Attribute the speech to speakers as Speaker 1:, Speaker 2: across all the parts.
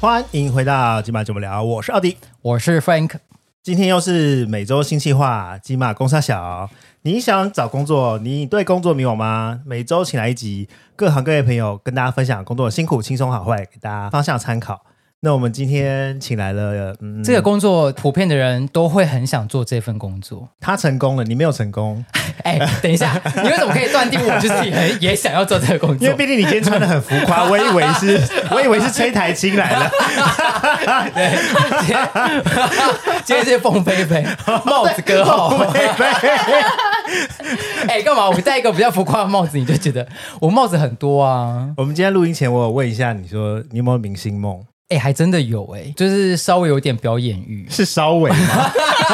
Speaker 1: 欢迎回到金马怎么聊，我是奥迪。
Speaker 2: 我是 Frank，
Speaker 1: 今天又是每周新计划，金马公沙小。你想找工作，你对工作迷惘吗？每周请来一集，各行各业朋友跟大家分享工作的辛苦、轻松、好坏，给大家方向参考。那我们今天请来了，嗯，
Speaker 2: 这个工作普遍的人都会很想做这份工作。
Speaker 1: 他成功了，你没有成功，
Speaker 2: 哎，等 一下，你为什么可以断定我就是也也想要做这个工
Speaker 1: 因为
Speaker 2: 作？
Speaker 1: 毕竟你今天穿的很浮夸，我以为是，我以为是崔台青 来了，
Speaker 2: 对， 今天今天是凤飞 飞帽子哥哦，哎，干嘛？我戴一个比较浮夸的帽子，你就觉得我帽子很多啊？
Speaker 1: 我们今天录音前，我有问一下你说你有没有明星梦？
Speaker 2: 哎，还真的有哎，就是稍微有点表演欲。
Speaker 1: 是烧尾吗？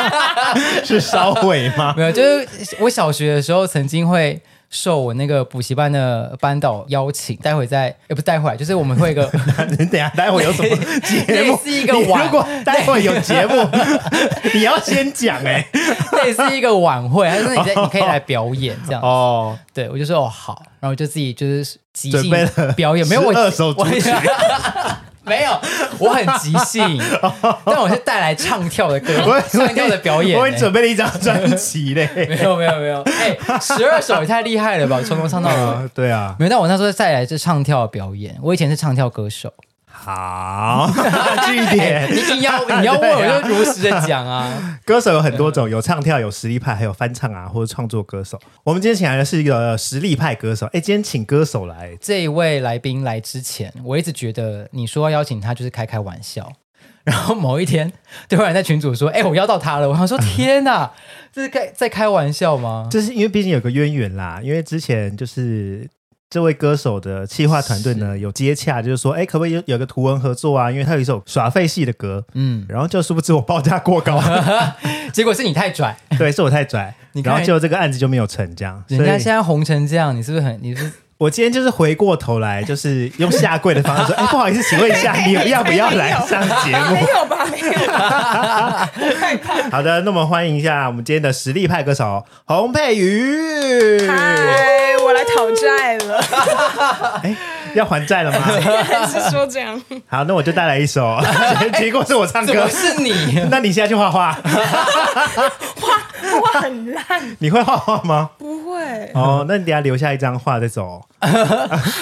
Speaker 1: 是烧尾吗？
Speaker 2: 没有，就是我小学的时候曾经会受我那个补习班的班导邀请，待会再哎也不是待会，就是我们会有一个
Speaker 1: 你 等一下，待会有什么节
Speaker 2: 类
Speaker 1: 目？
Speaker 2: 似一个
Speaker 1: 你
Speaker 2: 碗
Speaker 1: 如果待会有节目， 你要先讲哎、
Speaker 2: 类似一个晚会，还是你在你可以来表演这样？
Speaker 1: 哦，
Speaker 2: 对我就说哦好，然后我就自己就是即
Speaker 1: 准备
Speaker 2: 兴
Speaker 1: 了
Speaker 2: 表演，没有我
Speaker 1: 12首主曲，
Speaker 2: 我 没有，我很即 兴，但我是带来唱跳的歌
Speaker 1: 我，
Speaker 2: 唱跳的表演、
Speaker 1: 我
Speaker 2: 欸
Speaker 1: 也准备了一张专辑嘞。
Speaker 2: 没有没有 没有，哎，十二首也太厉害了吧，我从头唱到尾。
Speaker 1: 啊，对啊，
Speaker 2: 没有，但我那时候再来是唱跳的表演，我以前是唱跳 歌手。
Speaker 1: 好， 据
Speaker 2: 哎你
Speaker 1: 点。
Speaker 2: 硬要你要问，
Speaker 1: 对啊
Speaker 2: 我就如实的讲啊。
Speaker 1: 歌手有很多种，有唱跳，有实力派，还有翻唱啊，或者创作歌手。我们今天请来的是一个呃实力派歌手。哎，今天请歌手来，
Speaker 2: 这一位来宾来之前，我一直觉得你说要邀请他就是开开玩笑。然后某一天，突然在群组说：“哎、我邀到他了。”我想说：“天哪，这是开在开玩笑吗
Speaker 1: 就是因为毕竟有个渊源啦，因为之前就是。这位歌手的企划团队呢，有接洽，就是说，哎，可不可以有有个图文合作啊？因为他有一首耍废系的歌，？”
Speaker 2: 嗯，
Speaker 1: 然后就殊不知我报价过 高，
Speaker 2: 结果是你太拽，
Speaker 1: 对，是我太拽，
Speaker 2: 你看
Speaker 1: 然后结果这个案子就没有成，这样。所
Speaker 2: 人家现
Speaker 1: 以，
Speaker 2: 在红成这样，你是不是很？你是不是
Speaker 1: 我今天就是回过头来，就是用下跪的方式说，哎，不好意思，请问一 下，你要不要来上节
Speaker 3: 没
Speaker 1: 目？
Speaker 3: 有吧，没有吧，害怕。
Speaker 1: 好的，那我们欢迎一下我们今天的实力派歌手洪佩瑜。
Speaker 3: 嗨，哎我来讨债了，
Speaker 1: 哎，要还债了 吗？
Speaker 3: 还是说这样？
Speaker 1: 好，那我就带来一首，结果是我唱
Speaker 2: 怎么
Speaker 1: 歌。
Speaker 2: 是你？
Speaker 1: 那你现在去画画，
Speaker 3: 我很烂，
Speaker 1: 你会画画吗？
Speaker 3: 不会。
Speaker 1: 哦，那你等一下留下一张画再走。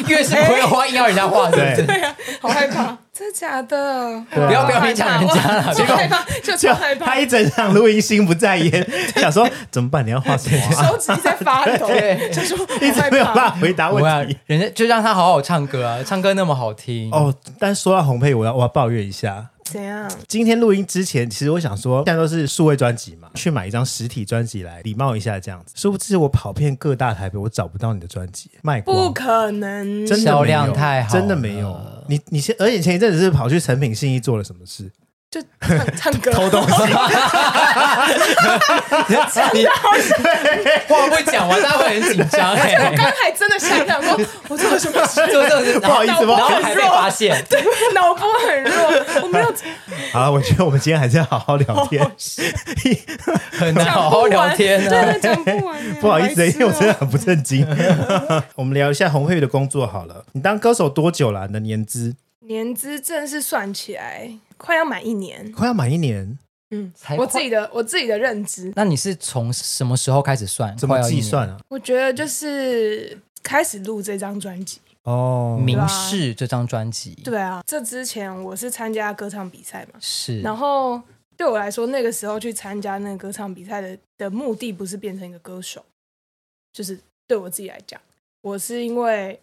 Speaker 2: 越是朋友画，硬要人家画，是不是？
Speaker 1: 对
Speaker 3: 对啊，好害 怕，真的假的？
Speaker 1: 啊
Speaker 2: 不要不要
Speaker 3: 好害
Speaker 2: 勉强
Speaker 3: 怕
Speaker 2: 人家啦
Speaker 3: 我
Speaker 2: 结
Speaker 3: 超
Speaker 2: 果
Speaker 3: 害怕，就
Speaker 1: 就
Speaker 3: 超害怕
Speaker 1: 他，一整场录音心不在焉，想说怎么办？你要画什么啊？
Speaker 3: 手指在发 抖，
Speaker 2: 对
Speaker 3: 就说我
Speaker 1: 一直
Speaker 3: 害
Speaker 1: 没有办法
Speaker 3: 怕。
Speaker 1: 回答
Speaker 2: 不会啊
Speaker 1: 问题。，
Speaker 2: 人家就让他好好唱歌啊，唱歌那么好听。
Speaker 1: 哦， 但说到红配，我要我要抱怨一下。
Speaker 3: 怎样？
Speaker 1: 今天录音之前，其实我想说，现在都是数位专辑嘛，去买一张实体专辑来礼貌一下这样子。殊不知我跑遍各大台北，我找不到你的专辑，卖
Speaker 3: 不
Speaker 1: 光，
Speaker 3: 可能！
Speaker 1: 真的没有
Speaker 2: 销量太好了
Speaker 1: 真的没有。你你先，而且前一阵子是跑去成品信义做了什么事？
Speaker 3: 就唱唱歌，
Speaker 1: 偷东西，
Speaker 2: 你话不讲完，大家会很紧张、
Speaker 3: 我刚
Speaker 2: 欸。
Speaker 3: 刚还真的想想过，我做了什么事？
Speaker 2: 就就是
Speaker 1: 不好意思
Speaker 2: 然后
Speaker 1: 不好意思
Speaker 2: 还被发现。
Speaker 3: 对，脑波很弱，我没有
Speaker 1: 好了，我觉得我们今天还是要好好
Speaker 3: 哦
Speaker 1: 聊天。
Speaker 2: 很难好好聊天啊。
Speaker 3: 对，讲不完 耶。
Speaker 1: 不好意思，
Speaker 3: 白
Speaker 1: 因
Speaker 3: 痴
Speaker 1: 为
Speaker 3: 哦
Speaker 1: 我真的很不正经。 我们聊一下洪佩瑜的工作好了。你当歌手多久了、啊你的年资
Speaker 3: 年资正式算起来快要满一年。
Speaker 1: 快要满一年，
Speaker 3: 嗯
Speaker 2: 才，
Speaker 3: 我自己的我自己的认知，
Speaker 2: 那你是从什么时候开始算？
Speaker 1: 怎么
Speaker 2: 快要一
Speaker 1: 计
Speaker 2: 年？
Speaker 1: 算啊？
Speaker 3: 我觉得就是开始录这张专辑。
Speaker 1: 哦，
Speaker 2: 明示这张专辑，，
Speaker 3: 对啊，这之前我是参加歌唱比赛嘛，
Speaker 2: 是。
Speaker 3: 然后对我来说，那个时候去参加那个歌唱比赛的的目的不是变成一个歌手，就是对我自己来讲，我是因为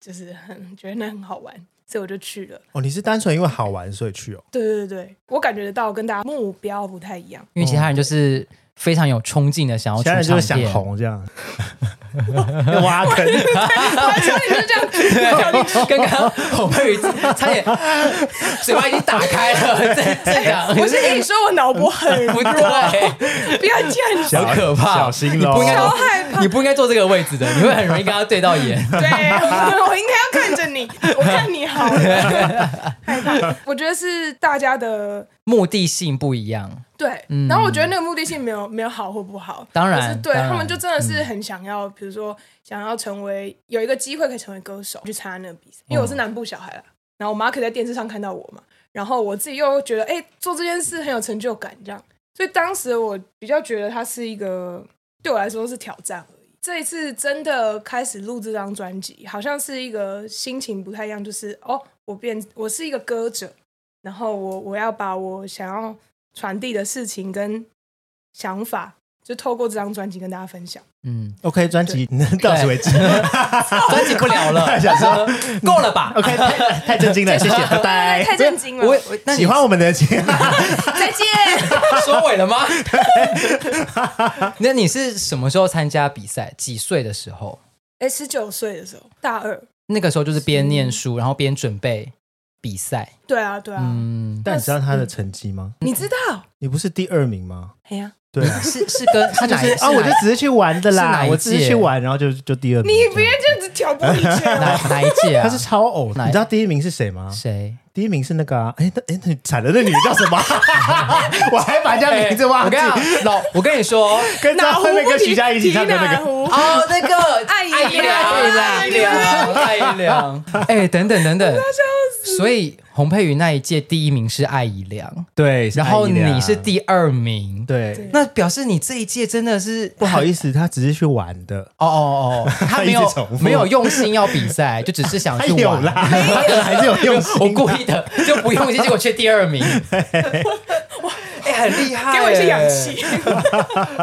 Speaker 3: 就是很觉得那很好玩，所以我就去了。
Speaker 1: 哦，你是单纯因为好玩所以去哦。
Speaker 3: 对对对，我感觉得到跟大家目标不太一样。
Speaker 2: 因为其他人就是非常有冲劲的想要
Speaker 1: 其
Speaker 2: 出
Speaker 1: 他人就是想
Speaker 2: 场
Speaker 1: 红这样， 挖 坑。
Speaker 3: 我还说你是这样
Speaker 2: 店，对，跟 刚刚洪佩瑜差点嘴巴已经打开 了，在这样，
Speaker 3: 我是跟你说，我脑波很
Speaker 2: 不
Speaker 3: 弱，
Speaker 2: 对，
Speaker 3: 不要这样
Speaker 1: 小
Speaker 3: 讲，
Speaker 2: 好可怕，
Speaker 1: 小心
Speaker 2: 你
Speaker 1: 咯
Speaker 2: 不应该
Speaker 3: 超
Speaker 2: 坐，
Speaker 3: 害怕。
Speaker 2: 你不应该坐这个位置的，你会很容易跟他对到眼。
Speaker 3: 对，我应该要看着你，我看你好了，害怕。我觉得是大家的
Speaker 2: 目的性不一样，
Speaker 3: 对，
Speaker 2: 嗯
Speaker 3: 然后我觉得那个目的性没有没有好或不好，
Speaker 2: 当然
Speaker 3: 可是对
Speaker 2: 当然
Speaker 3: 他们就真的是很想要，
Speaker 2: 嗯
Speaker 3: 比如说想要成为有一个机会可以成为歌手，去参加那个比赛。因为我是南部小孩啦，然后我妈可以在电视上看到我嘛，然后哦我自己又觉得哎、做这件事很有成就感这样，所以当时我比较觉得它是一个对我来说是挑战而已。这一次真的开始录这张专辑，好像是一个心情不太一样，就是哦，我变我是一个歌者，然后我我要把我想要传递的事情跟想法，就透过这张专辑跟大家分享。
Speaker 2: 嗯，
Speaker 1: OK，专辑到此为止。
Speaker 2: 专辑不 聊了，
Speaker 1: 想说
Speaker 2: 够了吧？
Speaker 1: OK，太太震惊了， 谢谢，拜拜。
Speaker 3: 哎太震惊了！
Speaker 2: 我我那你
Speaker 1: 喜欢我们的节目，
Speaker 3: 再见。
Speaker 2: 收尾了吗？ 那你是什么时候参加比赛？几岁的时候？
Speaker 3: 哎，十九岁的时候，大二。
Speaker 2: 那个时候就是边念书，
Speaker 1: 嗯
Speaker 2: 然后边准备比赛。
Speaker 3: 对啊，对啊，
Speaker 2: 嗯，
Speaker 1: 但你知道他的成绩吗？
Speaker 3: 你知道？
Speaker 1: 你不是第二名吗？
Speaker 3: 哎呀，
Speaker 1: 对啊，
Speaker 2: 是是跟他
Speaker 1: 就
Speaker 2: 哪
Speaker 1: 是
Speaker 2: 一
Speaker 1: 啊，我就只是去玩的
Speaker 2: 是
Speaker 1: 啦
Speaker 2: 哪，一
Speaker 1: 我只是
Speaker 2: 届
Speaker 1: 去玩，然后就就第二名。
Speaker 3: 你别这样子挑拨离间哦
Speaker 2: 哪
Speaker 3: 了。
Speaker 2: 哪一届啊？
Speaker 1: 他是超偶，
Speaker 2: 哪一
Speaker 1: 你知道第一名是谁吗？
Speaker 2: 谁？
Speaker 1: 第一名是那个啊，哎，那哎，那惨了，那女的叫什么？ 我还把人家名字忘
Speaker 2: 哎我
Speaker 1: 记
Speaker 2: 跟，你讲老，我跟你说，
Speaker 1: 跟张惠妹跟徐佳莹一起唱的
Speaker 3: 提
Speaker 1: 那
Speaker 3: 哪
Speaker 1: 个。
Speaker 3: 壶
Speaker 2: 哦，那个
Speaker 3: 爱姨娘
Speaker 2: 爱姨娘，爱姨娘，哎，等等等等，所以洪佩瑜那一届第一名是爱姨娘，
Speaker 1: 对，
Speaker 2: 然后
Speaker 1: 是艾怡良
Speaker 2: 你是第二名，
Speaker 1: 对，
Speaker 2: 那表示你这一届真的是
Speaker 1: 不好
Speaker 2: 思。
Speaker 1: 意思，他只是去玩的。
Speaker 2: 哦 哦哦，他没
Speaker 1: 一
Speaker 2: 有
Speaker 1: 直重复
Speaker 2: 没有用心要比赛，就只是 想
Speaker 1: 他
Speaker 2: 去
Speaker 1: 有
Speaker 2: 玩。
Speaker 1: 啦，他可能还是有用心。
Speaker 2: 我故意的，就不用心，结果却第 二名。哇，哎、很厉害、
Speaker 3: 给我一些氧。气。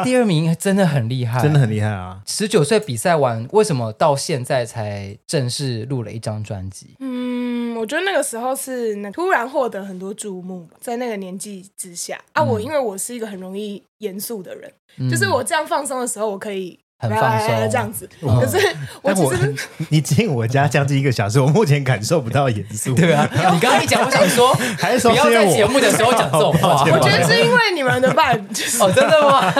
Speaker 2: 第二名真的很厉害，
Speaker 1: 真的。很厉害啊！
Speaker 2: 十九岁比赛完，为什么到现在才正式录了一张专辑？
Speaker 3: 嗯，我觉得那个时候是那突然获得很多注目吧，在那个年纪之下啊，
Speaker 1: 嗯
Speaker 3: 我因为我是一个很容易严肃的人，就是我这样放松的时候，我可以哎
Speaker 2: 很放松
Speaker 3: 这样子。
Speaker 2: 嗯
Speaker 3: 可是我
Speaker 1: 但
Speaker 3: 其
Speaker 1: 我
Speaker 3: 实
Speaker 1: 你进我家将近一个小时，我目前感受不到严肃。
Speaker 2: 对啊，你刚刚一讲，我想说，
Speaker 1: 还是
Speaker 2: 不
Speaker 1: 说是
Speaker 2: 要
Speaker 1: 因
Speaker 2: 在
Speaker 1: 为
Speaker 2: 节目的时候讲这种 话。
Speaker 1: 我
Speaker 3: 我觉得 是因为你们的伴，就是
Speaker 2: 哦，真的吗？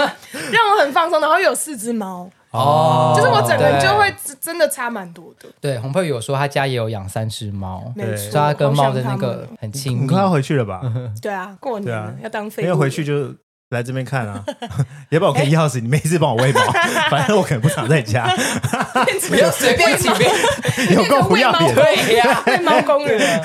Speaker 3: 让我很放松，然后有四只猫，
Speaker 2: 哦，
Speaker 3: 就是我整个人就会真真的差蛮多的。
Speaker 2: 对。对洪佩宇有说他家也有养三只猫，
Speaker 3: 没
Speaker 1: 对
Speaker 2: 所
Speaker 3: 错，
Speaker 2: 以他跟
Speaker 3: 好
Speaker 2: 猫
Speaker 3: 想
Speaker 2: 的那
Speaker 3: 他
Speaker 2: 个
Speaker 3: 们
Speaker 2: 很亲
Speaker 1: 你
Speaker 2: 密。
Speaker 1: 快要回去了吧？
Speaker 3: 对啊，过年
Speaker 1: 对
Speaker 3: 了
Speaker 1: 啊
Speaker 3: 要当废物，
Speaker 1: 没有回去就来这边看啊。 要不然我可以钥匙，你每次帮我喂猫，反正我可能不常在家，
Speaker 2: 不要随便请 别人。
Speaker 1: 有够不要
Speaker 3: 变成喂
Speaker 1: 脸，
Speaker 3: 猫
Speaker 2: 对呀、
Speaker 3: 被猫公
Speaker 1: 啊
Speaker 3: 园。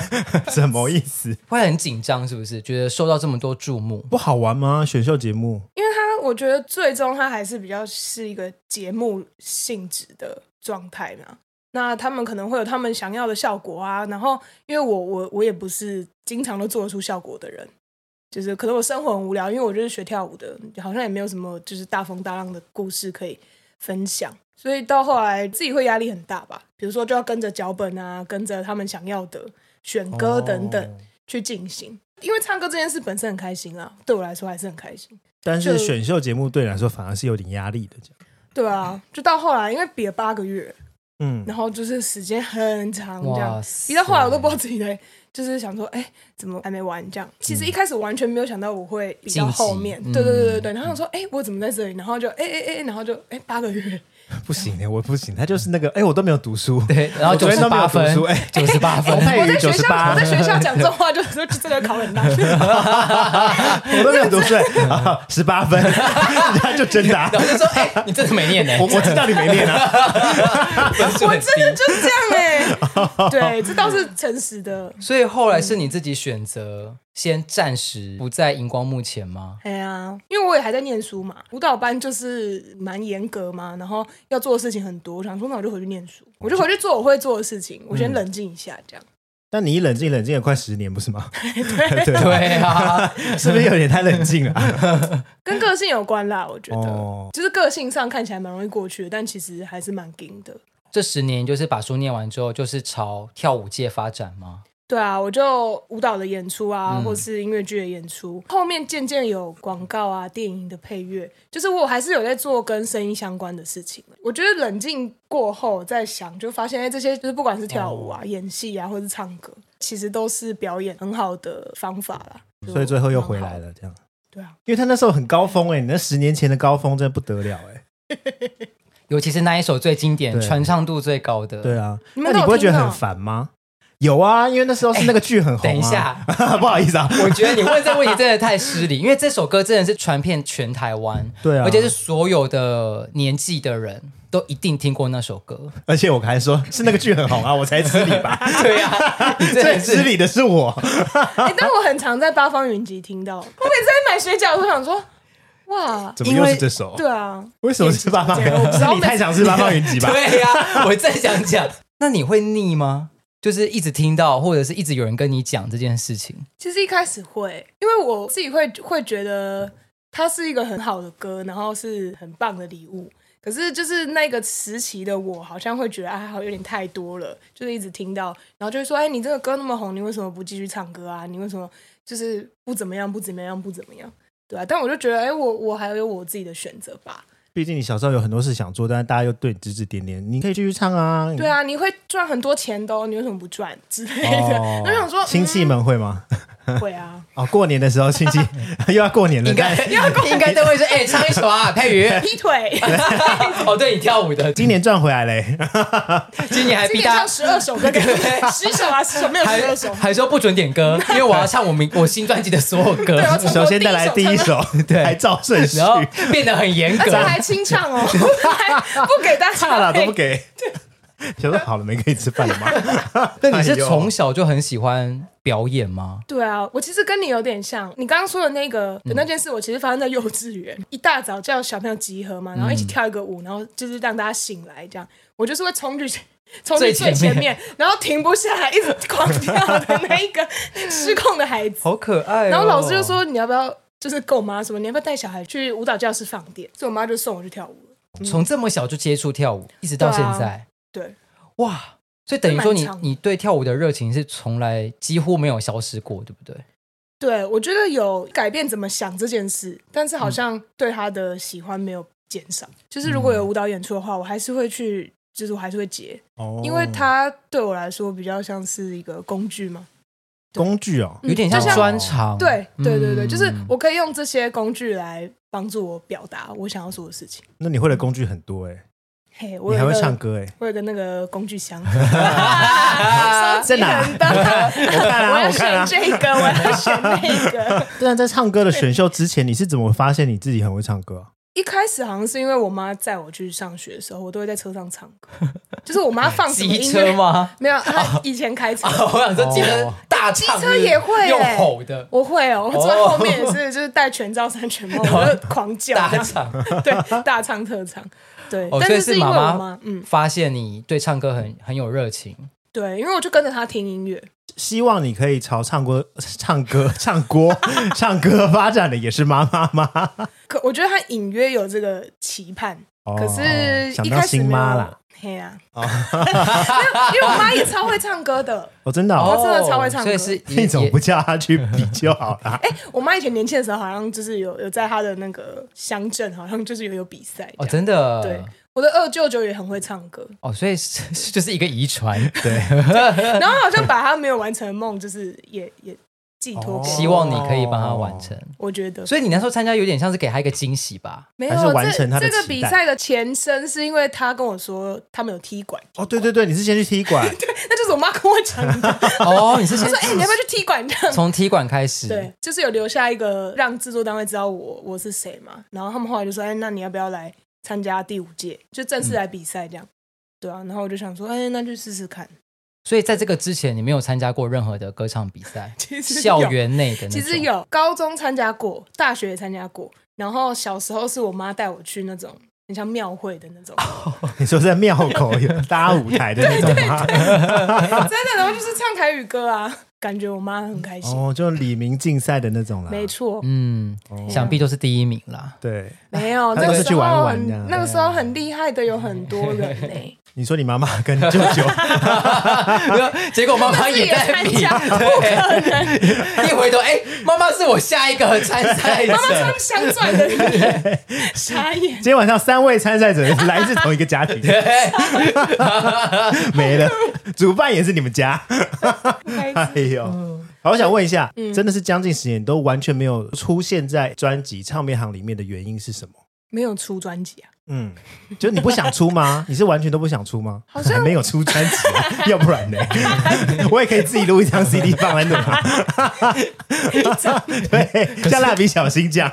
Speaker 1: 什么意思？
Speaker 2: 会很紧张是不是？觉得受到这么多注目，
Speaker 1: 不好玩吗？选秀节目
Speaker 3: 因为它，我觉得最终它还是比较是一个节目性质的状态嘛。那他们可能会有他们想要的效果啊。然后，因为我我我也不是经常都做得出效果的人，就是可能我生活很无聊，因为我就是学跳舞的，好像也没有什么就是大风大浪的故事可以分享。所以到后来自己会压力很大吧，比如说就要跟着脚本啊，跟着他们想要的选歌等等、
Speaker 1: 哦
Speaker 3: 去进行。因为唱歌这件事本身很开心啊，对我来说还是很开心。
Speaker 1: 但
Speaker 3: 就是
Speaker 1: 选秀节目对你来说反而是有点压力的，这样
Speaker 3: 对啊，就到后来，因为比了八个月，
Speaker 1: 嗯，
Speaker 3: 然后就是时间很长，这
Speaker 2: 哇
Speaker 3: 样
Speaker 2: 塞
Speaker 3: 比到后来我都不知道自己在，就是想说，哎，怎么还没完这样？其实一开始完全没有想到我会比到后面，
Speaker 2: 晋级
Speaker 3: 对对对对
Speaker 2: 嗯
Speaker 3: 对。然后我说，哎，我怎么在这里？然后就，哎哎哎，然后就，哎，八个月，
Speaker 1: 不行欸的，我不行，他就是那个，哎，我都没有读 书，
Speaker 2: 对，然后
Speaker 1: 我
Speaker 2: 九
Speaker 1: 昨天
Speaker 2: 十
Speaker 1: 都没
Speaker 2: 八
Speaker 1: 有读
Speaker 2: 分
Speaker 1: 书，哎，
Speaker 2: 九十八分
Speaker 1: 我，佩
Speaker 3: 我
Speaker 1: 瑜
Speaker 3: 在
Speaker 1: 九
Speaker 3: 学
Speaker 1: 十
Speaker 3: 校，
Speaker 1: 八
Speaker 3: 我在，学校讲这种话，就是 说真的考很烂。
Speaker 1: 我都没有读书， 哎，十八分，他就真的 啊，
Speaker 2: 然后就说：“哎、你真的没念呢、
Speaker 1: 我我知道你没念 啊，
Speaker 2: 分数
Speaker 3: 我
Speaker 2: 很低
Speaker 3: 真的 就是这样 哎，对，这倒是诚实的。
Speaker 2: 所以后来是你自己选择先暂时不在荧光幕前吗？
Speaker 3: 哎
Speaker 1: 啊
Speaker 3: 呀，因为我也还在念书嘛，舞蹈班就是蛮严格嘛，然后要做的事情很多，我想说那我就回去念书，我就回去做我会做的事情，我先
Speaker 1: 嗯
Speaker 3: 冷静一下， 这样。
Speaker 1: 但你一冷静冷静了快十年不是吗？ 对啊
Speaker 2: 对啊，
Speaker 1: 是不是有点太冷静了？
Speaker 3: 跟个性有关啦，我觉得，
Speaker 1: 哦
Speaker 3: 就是个性上看起来蛮容易过去的，但其实还是蛮硬的。
Speaker 2: 这十年就是把书念完之后，就是朝跳舞界发展吗？
Speaker 3: 对啊，我就舞蹈的演出啊，
Speaker 2: 嗯
Speaker 3: 或是音乐剧的演出，后面渐渐有广告啊、电影的配乐，就是我还是有在做跟声音相关的事情。我觉得冷静过后再想，就发现哎，这些就是不管是跳舞啊、
Speaker 1: 哦
Speaker 3: 演戏啊，或是唱歌，其实都是表演很好的方法啦。
Speaker 1: 所以最后又回
Speaker 3: 蛮
Speaker 1: 来
Speaker 3: 好的。
Speaker 1: 了，这样。
Speaker 3: 对啊，
Speaker 1: 因为他那时候很高峰哎、你那十年前的高峰真的不得了 哎、
Speaker 2: 尤其是那一首最经典、
Speaker 1: 对
Speaker 2: 传唱度最高的。
Speaker 1: 对啊，
Speaker 3: 你
Speaker 1: 那
Speaker 3: 们
Speaker 1: 你
Speaker 3: 都有
Speaker 1: 不会觉得
Speaker 3: 听到
Speaker 1: 很烦吗？有啊，因为那时候是那个剧很红、啊
Speaker 2: 等一，下，
Speaker 1: 不好意思啊，
Speaker 2: 我觉得你问这个问题真的太失礼，因为这首歌真的是传遍全台湾，
Speaker 1: 对啊
Speaker 2: 而且是所有的年纪的人，都一定听过那首 歌。
Speaker 1: 而且我还说是那个剧很红 啊，我才知礼吧，
Speaker 2: 对呀、啊， 你真
Speaker 1: 最
Speaker 2: 的
Speaker 1: 知
Speaker 2: 是
Speaker 1: 礼的是我。
Speaker 3: 哎，但我很常在八方云集听到，我每 次在买水饺，我想说，哇，
Speaker 1: 怎么又是这首？
Speaker 3: 对啊，
Speaker 1: 为什么是八方云
Speaker 3: 对我不知
Speaker 1: 是
Speaker 3: 道
Speaker 1: 你太想吃八方云集 吧？
Speaker 2: 对呀、我正想讲，那你会腻吗？就是一直听到，或者是一直有人跟你讲这件 事情，
Speaker 3: 其实一开始会，因为我自己会会觉得它是一个很好的歌，然后是很棒的礼物。可是就是那个时期的我，好像会觉得啊，好有点太多了，就是一直听到，然后就会说，哎，你这个歌那么红，你为什么不继续唱歌啊？你为什么就是不怎么样，不怎么样，不怎么样，对吧、但我就觉得，哎，我我还有我自己的选择吧。
Speaker 1: 毕竟你小时候有很多事想做，但是大家又对你指指点点，你可以继续唱啊。
Speaker 3: 对啊，你会赚很多钱的、哦，你为什么不赚之类的？
Speaker 1: 哦
Speaker 3: 我想说，
Speaker 1: 亲戚们会吗？
Speaker 3: 嗯会啊，
Speaker 1: 哦，过年的时候亲戚 又要过年了，
Speaker 2: 应该
Speaker 1: 但
Speaker 2: 应该都会 说，哎、唱一首啊，佩瑜。
Speaker 3: 劈腿，
Speaker 2: 哦，对你跳舞的，
Speaker 1: 今年赚回来嘞。
Speaker 2: 今年还
Speaker 3: 今
Speaker 2: 逼
Speaker 3: 天
Speaker 2: 大家。
Speaker 3: 唱十二首歌给你，十首啊，十首没有十二
Speaker 2: 还
Speaker 3: 首。
Speaker 2: 还说不准点歌，因为我要唱我明我新专辑的所有歌
Speaker 3: 对，要唱
Speaker 1: 首先再来第一首，
Speaker 2: 对
Speaker 1: 还照顺序
Speaker 2: 然，后变得很严
Speaker 3: 而且
Speaker 2: 格。
Speaker 3: 还清唱哦， 还不给大 家
Speaker 1: 差了都不
Speaker 3: 配。
Speaker 1: 给。想说好了没可以吃饭了吗？
Speaker 2: 那你是
Speaker 1: 哎呦
Speaker 2: 从小就很喜欢表演吗？
Speaker 3: 对啊，我其实跟你有点像，你刚刚说的那个的那件事，我其实发生在幼稚园，一大早叫小朋友集合嘛，然后一起跳一个舞，然后就是让大家醒来这样。我就是会冲去冲去最前
Speaker 2: 最前
Speaker 3: 面，然后停不下来，一直狂跳的那一个失控的孩子。
Speaker 2: 好可爱、哦。
Speaker 3: 然后老师就说你要不要，就是跟我妈说你要不要带小孩去舞蹈教室放电，所以我妈就送我去跳舞了。
Speaker 2: 从这么小就接触跳舞，一直到现在，
Speaker 3: 嗯对，啊
Speaker 2: 哇！所以等于说
Speaker 3: 蛮
Speaker 2: 你
Speaker 3: 长的
Speaker 2: 你对跳舞的热情是从来几乎没有消失过，对不对？
Speaker 3: 对，我觉得有改变怎么想这件事，但是好像对他的喜欢没有减少。就是如
Speaker 1: 嗯
Speaker 3: 果有舞蹈演出的话，我还是会去，就是我还是会接，
Speaker 1: 哦
Speaker 3: 因为它对我来说比较像是一个工具嘛。
Speaker 1: 工具哦，
Speaker 3: 嗯
Speaker 2: 有点像
Speaker 3: 就像
Speaker 2: 专长。
Speaker 3: 对对对对，
Speaker 2: 嗯
Speaker 3: 就是我可以用这些工具来帮助我表达我想要做的事情。
Speaker 1: 那你会的工具很多哎，
Speaker 3: 嘿，我
Speaker 1: 你还
Speaker 3: 有一
Speaker 1: 会
Speaker 3: 个
Speaker 1: 唱歌哎。
Speaker 3: 我有一个那个工 具箱， 在
Speaker 1: 在哪 我看
Speaker 3: 我
Speaker 1: 啊，
Speaker 3: 要
Speaker 1: 我看
Speaker 3: 选
Speaker 1: 啊。
Speaker 3: 这个，我要选那个。
Speaker 1: 但啊在唱歌的选秀之前，你是怎么发现你自己很会唱歌啊？
Speaker 3: 一开始好像是因为我妈载我去上学的时候，我都会在车上唱歌，就是我妈放什么
Speaker 2: 机
Speaker 3: 音
Speaker 2: 车
Speaker 3: 乐？
Speaker 2: 吗？
Speaker 3: 没有，她以前开车，
Speaker 2: 啊，我想说机车
Speaker 1: 哦
Speaker 2: 大唱，
Speaker 3: 机车也会欸
Speaker 2: 用吼的
Speaker 3: 我会哦，我坐在后面也是，就是戴全罩三全帽， 我就狂叫，
Speaker 2: 哦大唱。
Speaker 3: 对，大唱特唱，对
Speaker 2: 哦，，
Speaker 3: 但
Speaker 2: 所以
Speaker 3: 是
Speaker 2: 是
Speaker 3: 因为
Speaker 2: 妈妈
Speaker 3: 我妈，嗯，
Speaker 2: 发现你对唱歌很很有热情，
Speaker 3: 对，因为我就跟着她听音乐，
Speaker 1: 希望你可以朝唱歌、 唱歌、唱歌、 唱歌发展的也是妈妈 吗？
Speaker 3: 可我觉得她隐约有这个期盼，
Speaker 1: 哦
Speaker 3: 可是
Speaker 1: 想
Speaker 3: 一
Speaker 1: 当
Speaker 3: 开始
Speaker 1: 新
Speaker 3: 没
Speaker 1: 妈
Speaker 3: 有
Speaker 1: 啦，，
Speaker 3: 嘿啊，
Speaker 2: 哦
Speaker 3: 因为我妈也超会唱歌的，
Speaker 1: 哦，真的
Speaker 3: 她
Speaker 1: 哦，
Speaker 3: 真的超会唱歌
Speaker 2: 所以是
Speaker 1: 那种不叫他去比啊就 好啦。
Speaker 3: 我妈以前年轻的时候，好像就是有有在她的那个乡镇，好像就是有有比赛
Speaker 2: 哦，
Speaker 3: 这样。
Speaker 2: 真的
Speaker 3: 对我的二舅舅也很会唱 歌，
Speaker 2: 哦，所以是 就是一个遗传，
Speaker 3: 然后好像把他没有完成的梦，就是也也寄托给
Speaker 1: 哦
Speaker 3: 我，
Speaker 2: 希望你可以帮他完成。
Speaker 3: 我觉得
Speaker 2: 所以你那时候参加有点像是给他一个惊喜 吧？
Speaker 3: 没
Speaker 1: 还是
Speaker 3: 有
Speaker 1: 完成他
Speaker 3: 这
Speaker 1: 的
Speaker 3: 这个
Speaker 1: 期
Speaker 3: 比
Speaker 1: 待
Speaker 3: 赛的前身是因为他跟我说他们有踢馆，
Speaker 1: 哦，对对对，你是先去踢馆，
Speaker 3: 那就是我妈跟我讲的，
Speaker 2: 哦，你是先
Speaker 3: 说哎、你 要不要去踢馆这 样？
Speaker 2: 从踢馆开始，
Speaker 3: 对，就是有留下一个让制作单位知道我我是谁嘛，然后他们后来就说，哎，那你要不要来参加第五届，就正
Speaker 1: 嗯
Speaker 3: 式来比赛这样？对啊，然后我就想说，哎，那就试试看。
Speaker 2: 所以在这个之前，你没有参加过任何的歌唱比赛，
Speaker 3: 其实有
Speaker 2: 校园内的那种
Speaker 3: 其实有高中参加过，大学也参加过，然后小时候是我妈带我去那种很像庙会的那种，
Speaker 1: 哦你说在庙口有搭舞台的那种吗？
Speaker 3: 真的，然后就是唱台语歌啊，感觉我妈很开心。
Speaker 1: 哦，就李明竞赛的那种啦。
Speaker 3: 没错，
Speaker 2: 嗯，想必都是第一名啦。
Speaker 1: 对，
Speaker 3: 没 有
Speaker 1: 她
Speaker 3: 那
Speaker 1: 都
Speaker 3: 个
Speaker 1: 是去
Speaker 3: 时
Speaker 1: 玩
Speaker 3: 候
Speaker 1: 玩
Speaker 3: 很
Speaker 1: 这样
Speaker 3: 那个时候很厉害的有很多人呢、
Speaker 1: 你说你妈妈跟舅舅，
Speaker 2: 结果妈妈
Speaker 3: 自己
Speaker 2: 也
Speaker 3: 也
Speaker 2: 在
Speaker 3: 参
Speaker 2: 比，
Speaker 3: 加，哦不可能，
Speaker 2: 一回头，哎，妈妈是我下一个参赛
Speaker 3: 妈妈
Speaker 2: 者。
Speaker 3: 穿镶钻的人，傻眼。
Speaker 1: 今天晚上三位参赛者来自同一个家庭，没了，主办也是你们家。
Speaker 3: 开心
Speaker 1: 哎呦，好，我想问一下，真的是将近十年都完全没有出现在专辑唱片行里面的原因是什么？
Speaker 3: 没有出专 辑啊，
Speaker 1: 嗯，就你不想出吗？你是完全都不想出吗？好像没有出专辑啊、要不然呢？我也可以自己录一张 CD 放在那嘛。 对，像蜡笔小新这样。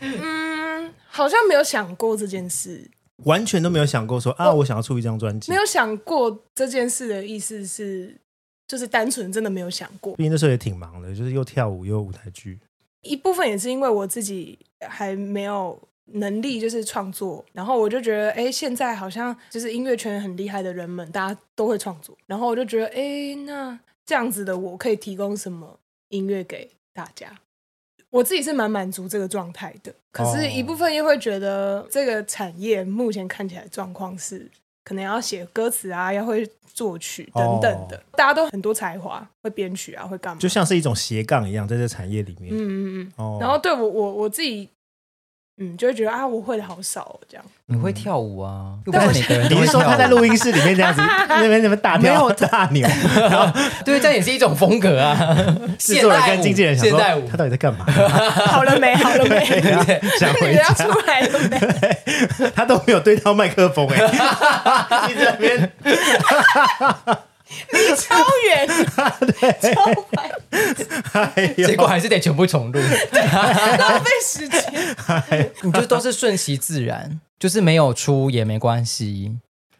Speaker 3: 嗯好像没有想过这件事。
Speaker 1: 完全都没有想过说啊，我想要出一张专辑
Speaker 3: 没。有想过这件事的意思是，就是单纯真的没有想过。
Speaker 1: 毕竟那时候也挺忙的，就是又跳舞又舞台剧。
Speaker 3: 一部分也是因为我自己还没有能力，就是创作，然后我就觉得，哎，现在好像就是音乐圈很厉害的人们，大家都会创作，然后我就觉得，哎，那这样子的我可以提供什么音乐给大家？我自己是蛮满足这个状态的，可
Speaker 1: 哦
Speaker 3: 是，一部分又会觉得这个产业目前看起来状况是，可能要写歌词啊，要会作曲等等的，
Speaker 1: 哦
Speaker 3: 大家都很多才华，会编曲啊，会干嘛？
Speaker 1: 就像是一种斜杠一样，在这产业里面。
Speaker 3: 嗯嗯嗯，
Speaker 1: 哦，
Speaker 3: 然后对我我我自己，嗯，就会觉得啊，我会的好少、哦、这 样。
Speaker 2: 你会跳舞啊？又不
Speaker 3: 但
Speaker 2: 是
Speaker 3: 我
Speaker 2: 每个人都
Speaker 1: 你
Speaker 2: 会
Speaker 1: 是
Speaker 2: 跳
Speaker 1: 说他在
Speaker 2: 舞，
Speaker 1: 录音室里面这样子，那边那边大
Speaker 2: 没
Speaker 1: 跳
Speaker 2: 有
Speaker 1: 大扭，
Speaker 2: 对，这样也是一种风格啊。
Speaker 1: 制
Speaker 2: 现
Speaker 1: 作人
Speaker 2: 代舞，
Speaker 1: 跟经纪人想
Speaker 2: 现代舞
Speaker 1: 说他，到底在干嘛？
Speaker 3: 好了没？好了没？
Speaker 1: 对啊想
Speaker 3: 那
Speaker 1: 回
Speaker 3: 个要
Speaker 1: 家，
Speaker 3: 出来了没？
Speaker 1: 他都没有对到麦克风哎，一直在那边
Speaker 3: 离超 远，超白，
Speaker 1: 哎呦
Speaker 2: 结果还是得全部重录。
Speaker 3: 浪费时间。
Speaker 2: 你就都是顺其自然，就是没有出也没关系。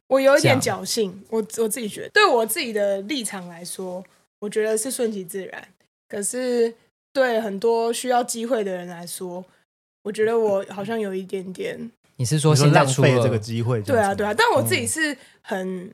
Speaker 3: 我有一点
Speaker 2: 这
Speaker 3: 侥幸，我我自己觉得，对我自己的立场来说，我觉得是顺其自然。可是对很多需要机会的人来说，我觉得我好像有一点点
Speaker 2: 你是
Speaker 1: 你
Speaker 2: 说
Speaker 1: 说
Speaker 2: 现在
Speaker 1: 浪
Speaker 2: 出
Speaker 1: 费
Speaker 2: 了
Speaker 1: 了这个机会，
Speaker 3: 对啊，对啊，
Speaker 1: 啊，
Speaker 3: 但我自己是很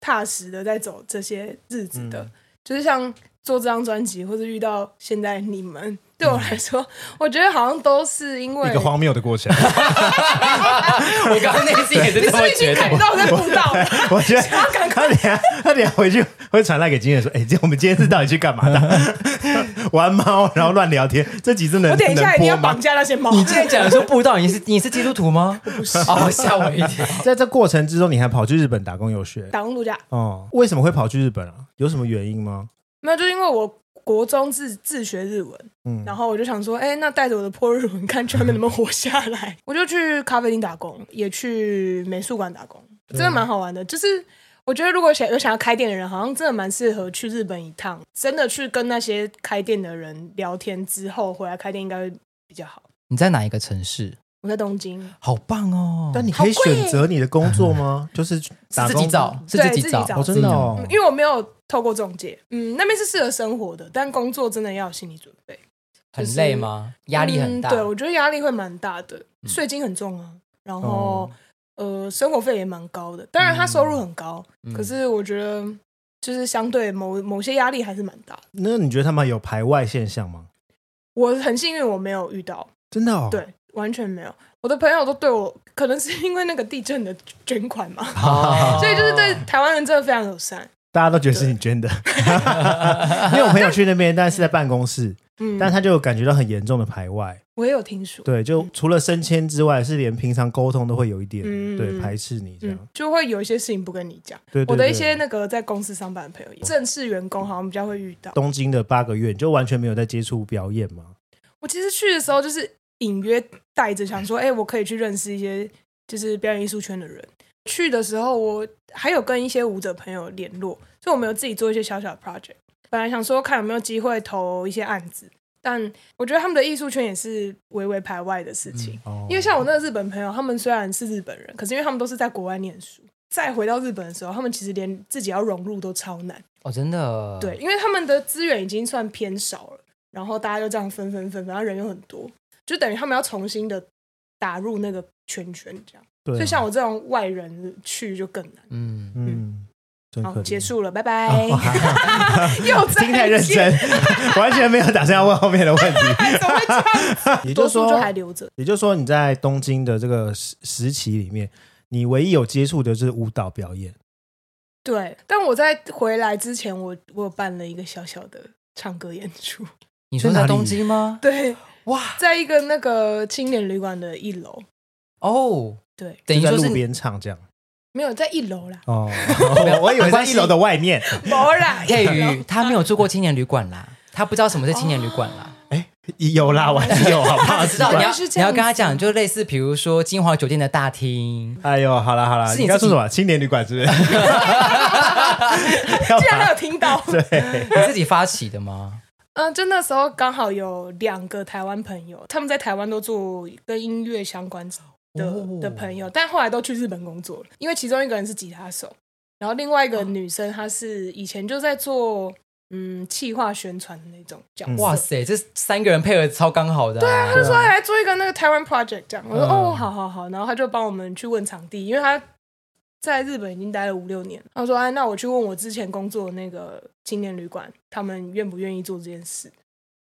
Speaker 3: 踏实的在走这些日子的，
Speaker 1: 嗯
Speaker 3: 就是像做这张专辑，或者遇到现在你
Speaker 1: 嗯
Speaker 3: 们，对我来说，我觉得好像都是因为
Speaker 4: 一个荒谬的过程。
Speaker 2: 我刚刚内心也是
Speaker 3: 你
Speaker 2: 这
Speaker 3: 是不
Speaker 2: 么
Speaker 3: 是已
Speaker 2: 觉
Speaker 3: 经
Speaker 2: 得
Speaker 3: 看。到在补 到了？
Speaker 1: 我觉得
Speaker 3: 想要赶
Speaker 1: 他等下他等下回去会传来给经纪人说，哎，这我们今天是到底去干嘛的？ 玩猫，然后乱聊天，这集真的
Speaker 3: 我等一下
Speaker 1: 能
Speaker 3: 一定
Speaker 1: 播
Speaker 3: 要
Speaker 1: 吗
Speaker 3: 绑？架那些猫。
Speaker 2: 你之前讲的说布道，你是你是基督徒吗？不是，哦，吓我一跳。
Speaker 1: 在这过程之中，你还跑去日本打工游学
Speaker 3: 打工度假
Speaker 1: 哦？为什么会跑去日本啊？有什么原因吗？
Speaker 3: 没有，就因为我国中自自学日文，
Speaker 1: 嗯
Speaker 3: 然后我就想说，哎、那带着我的破日文，看他们能不能活下来。我就去咖啡厅打工，也去美术馆打工，真的蛮好玩的。就是我觉得，如果想有想要开店的人，好像真的蛮适合去日本一趟，真的去跟那些开店的人聊天之后，回来开店应该会比较好。
Speaker 2: 你在哪一个城市？
Speaker 3: 我在东京，
Speaker 2: 好棒哦！
Speaker 1: 但你可以
Speaker 3: 好贵
Speaker 1: 选择你的工作吗？就是
Speaker 2: 是
Speaker 1: 打
Speaker 2: 自
Speaker 1: 工
Speaker 2: 己找，是
Speaker 3: 对
Speaker 2: 自己
Speaker 3: 自己
Speaker 2: 找，
Speaker 3: 找
Speaker 1: 哦，真的哦
Speaker 3: 嗯，因为我没有透过中介，嗯，那边是适合生活的，但工作真的要有心理准备。
Speaker 2: 很累吗？压力很大。
Speaker 3: 嗯对，我觉得压力会蛮大的，
Speaker 1: 嗯
Speaker 3: 税金很重啊，然后、
Speaker 1: 哦
Speaker 3: 呃，生活费也蛮高的。当然，他收入很高，
Speaker 2: 嗯
Speaker 3: 可是我觉得就是相对某某些压力还是蛮大的。
Speaker 1: 那你觉得他们有排外现象吗？
Speaker 3: 我很幸运，我没有遇到，
Speaker 1: 真的哦，，
Speaker 3: 对，完全没有。我的朋友都对我，可能是因为那个地震的捐款嘛，
Speaker 2: 哦
Speaker 3: 所以就是对台湾人真的非常友善。
Speaker 1: 大家都觉得是你捐的。 因为我朋友去那边，但是在办公室，
Speaker 3: 嗯，
Speaker 1: 但他就感觉到很严重的排外。
Speaker 3: 我也有听说，
Speaker 1: 对，就除了升迁之外，是连平常沟通都会有一点
Speaker 3: 嗯
Speaker 1: 对排斥你这
Speaker 3: 嗯
Speaker 1: 样。，
Speaker 3: 就会有一些事情不跟你讲。
Speaker 1: 对，对
Speaker 3: 我的一
Speaker 1: 对哦
Speaker 3: 些那个在公司上班的朋友，正式员工好像比较会遇到。
Speaker 1: 东京的八个月，你就完全没有在接触表演吗？
Speaker 3: 我其实去的时候就是隐约带着想说，哎、我可以去认识一些就是表演艺术圈的人。去的时候，我还有跟一些舞者朋友联络，所以我们有自己做一些小小的 project。本来想说看有没有机会投一些案子，但我觉得他们的艺术圈也是微微排外的事情。
Speaker 1: 哦，
Speaker 3: 因为像我那个日本朋友，他们虽然是日本人，可是因为他们都是在国外念书，再回到日本的时候，他们其实连自己要融入都超难。
Speaker 2: 哦，真的。
Speaker 1: 嗯
Speaker 3: 对，，因为他们的资源已经算偏少了，然后大家就这样分分分，然后人又很多，就等于他们要重新的打入那个圈圈这样。
Speaker 1: 对啊，
Speaker 3: 所以像我这种外人去就更难。
Speaker 2: 嗯，
Speaker 1: 嗯，真可
Speaker 3: 好，
Speaker 1: 怜哦
Speaker 3: 结。束了，拜拜。 又再
Speaker 1: 听太认真
Speaker 3: 见，，
Speaker 1: 完全没有打算要问后面的问 题。
Speaker 3: 怎么会这样？
Speaker 1: 也就
Speaker 3: 多
Speaker 1: 是
Speaker 3: 数
Speaker 1: 说，
Speaker 3: 就还留着。
Speaker 1: 也就是说，你在东京的这个时时期里面，你唯一有接触的就是舞蹈表演。
Speaker 3: 对，但我在回来之前，我我有办了一个小小的唱歌演出。
Speaker 2: 你说
Speaker 1: 在哪里
Speaker 2: 在东京吗？
Speaker 3: 对，
Speaker 2: 哇
Speaker 3: 在一个那个青年旅馆的一楼。
Speaker 2: 哦，
Speaker 3: 对，
Speaker 2: 等于
Speaker 1: 就在
Speaker 2: 说是
Speaker 1: 路边唱这样。
Speaker 3: 没有在一楼 啦，
Speaker 1: 哦， 我我以为在一楼的外面。
Speaker 3: 没啦，
Speaker 2: 佩
Speaker 3: 一楼
Speaker 2: 瑜，他没有住过青年旅馆啦，他不知道什么是青年旅馆啦。
Speaker 1: 有啦，我还是有，好不好？
Speaker 2: 嗯 他只知道
Speaker 3: 原
Speaker 2: 你
Speaker 3: 来
Speaker 2: 要
Speaker 3: 是这样子
Speaker 2: 你要跟他讲，就类似比如说金华酒店的大厅，
Speaker 1: 哎呦，好啦好啦，
Speaker 2: 是
Speaker 1: 你
Speaker 2: 你
Speaker 1: 刚
Speaker 2: 自
Speaker 1: 说
Speaker 2: 己
Speaker 1: 什么？青年旅馆是不 是？
Speaker 3: 竟然还有听到。
Speaker 1: 对，
Speaker 2: 你自己发起的吗？
Speaker 3: 嗯，就那时候刚好有两个台湾朋友，他们在台湾都做跟音乐相关的、的朋友，但后来都去日本工作了，因为其中一个人是吉他手，然后另外一个女生她是以前就在做嗯企划宣传的那种
Speaker 1: 嗯
Speaker 3: 角色。
Speaker 2: 哇塞，这三个人配合超刚好的、对啊，
Speaker 3: 他说哎来做一个那个台湾 project 这样，我说、
Speaker 2: 嗯
Speaker 3: 哦，好好好，然后他就帮我们去问场地，因为他在日本已经待了五六年，他说哎，那我去问我之前工作的那个青年旅馆，他们愿不愿意做这件事？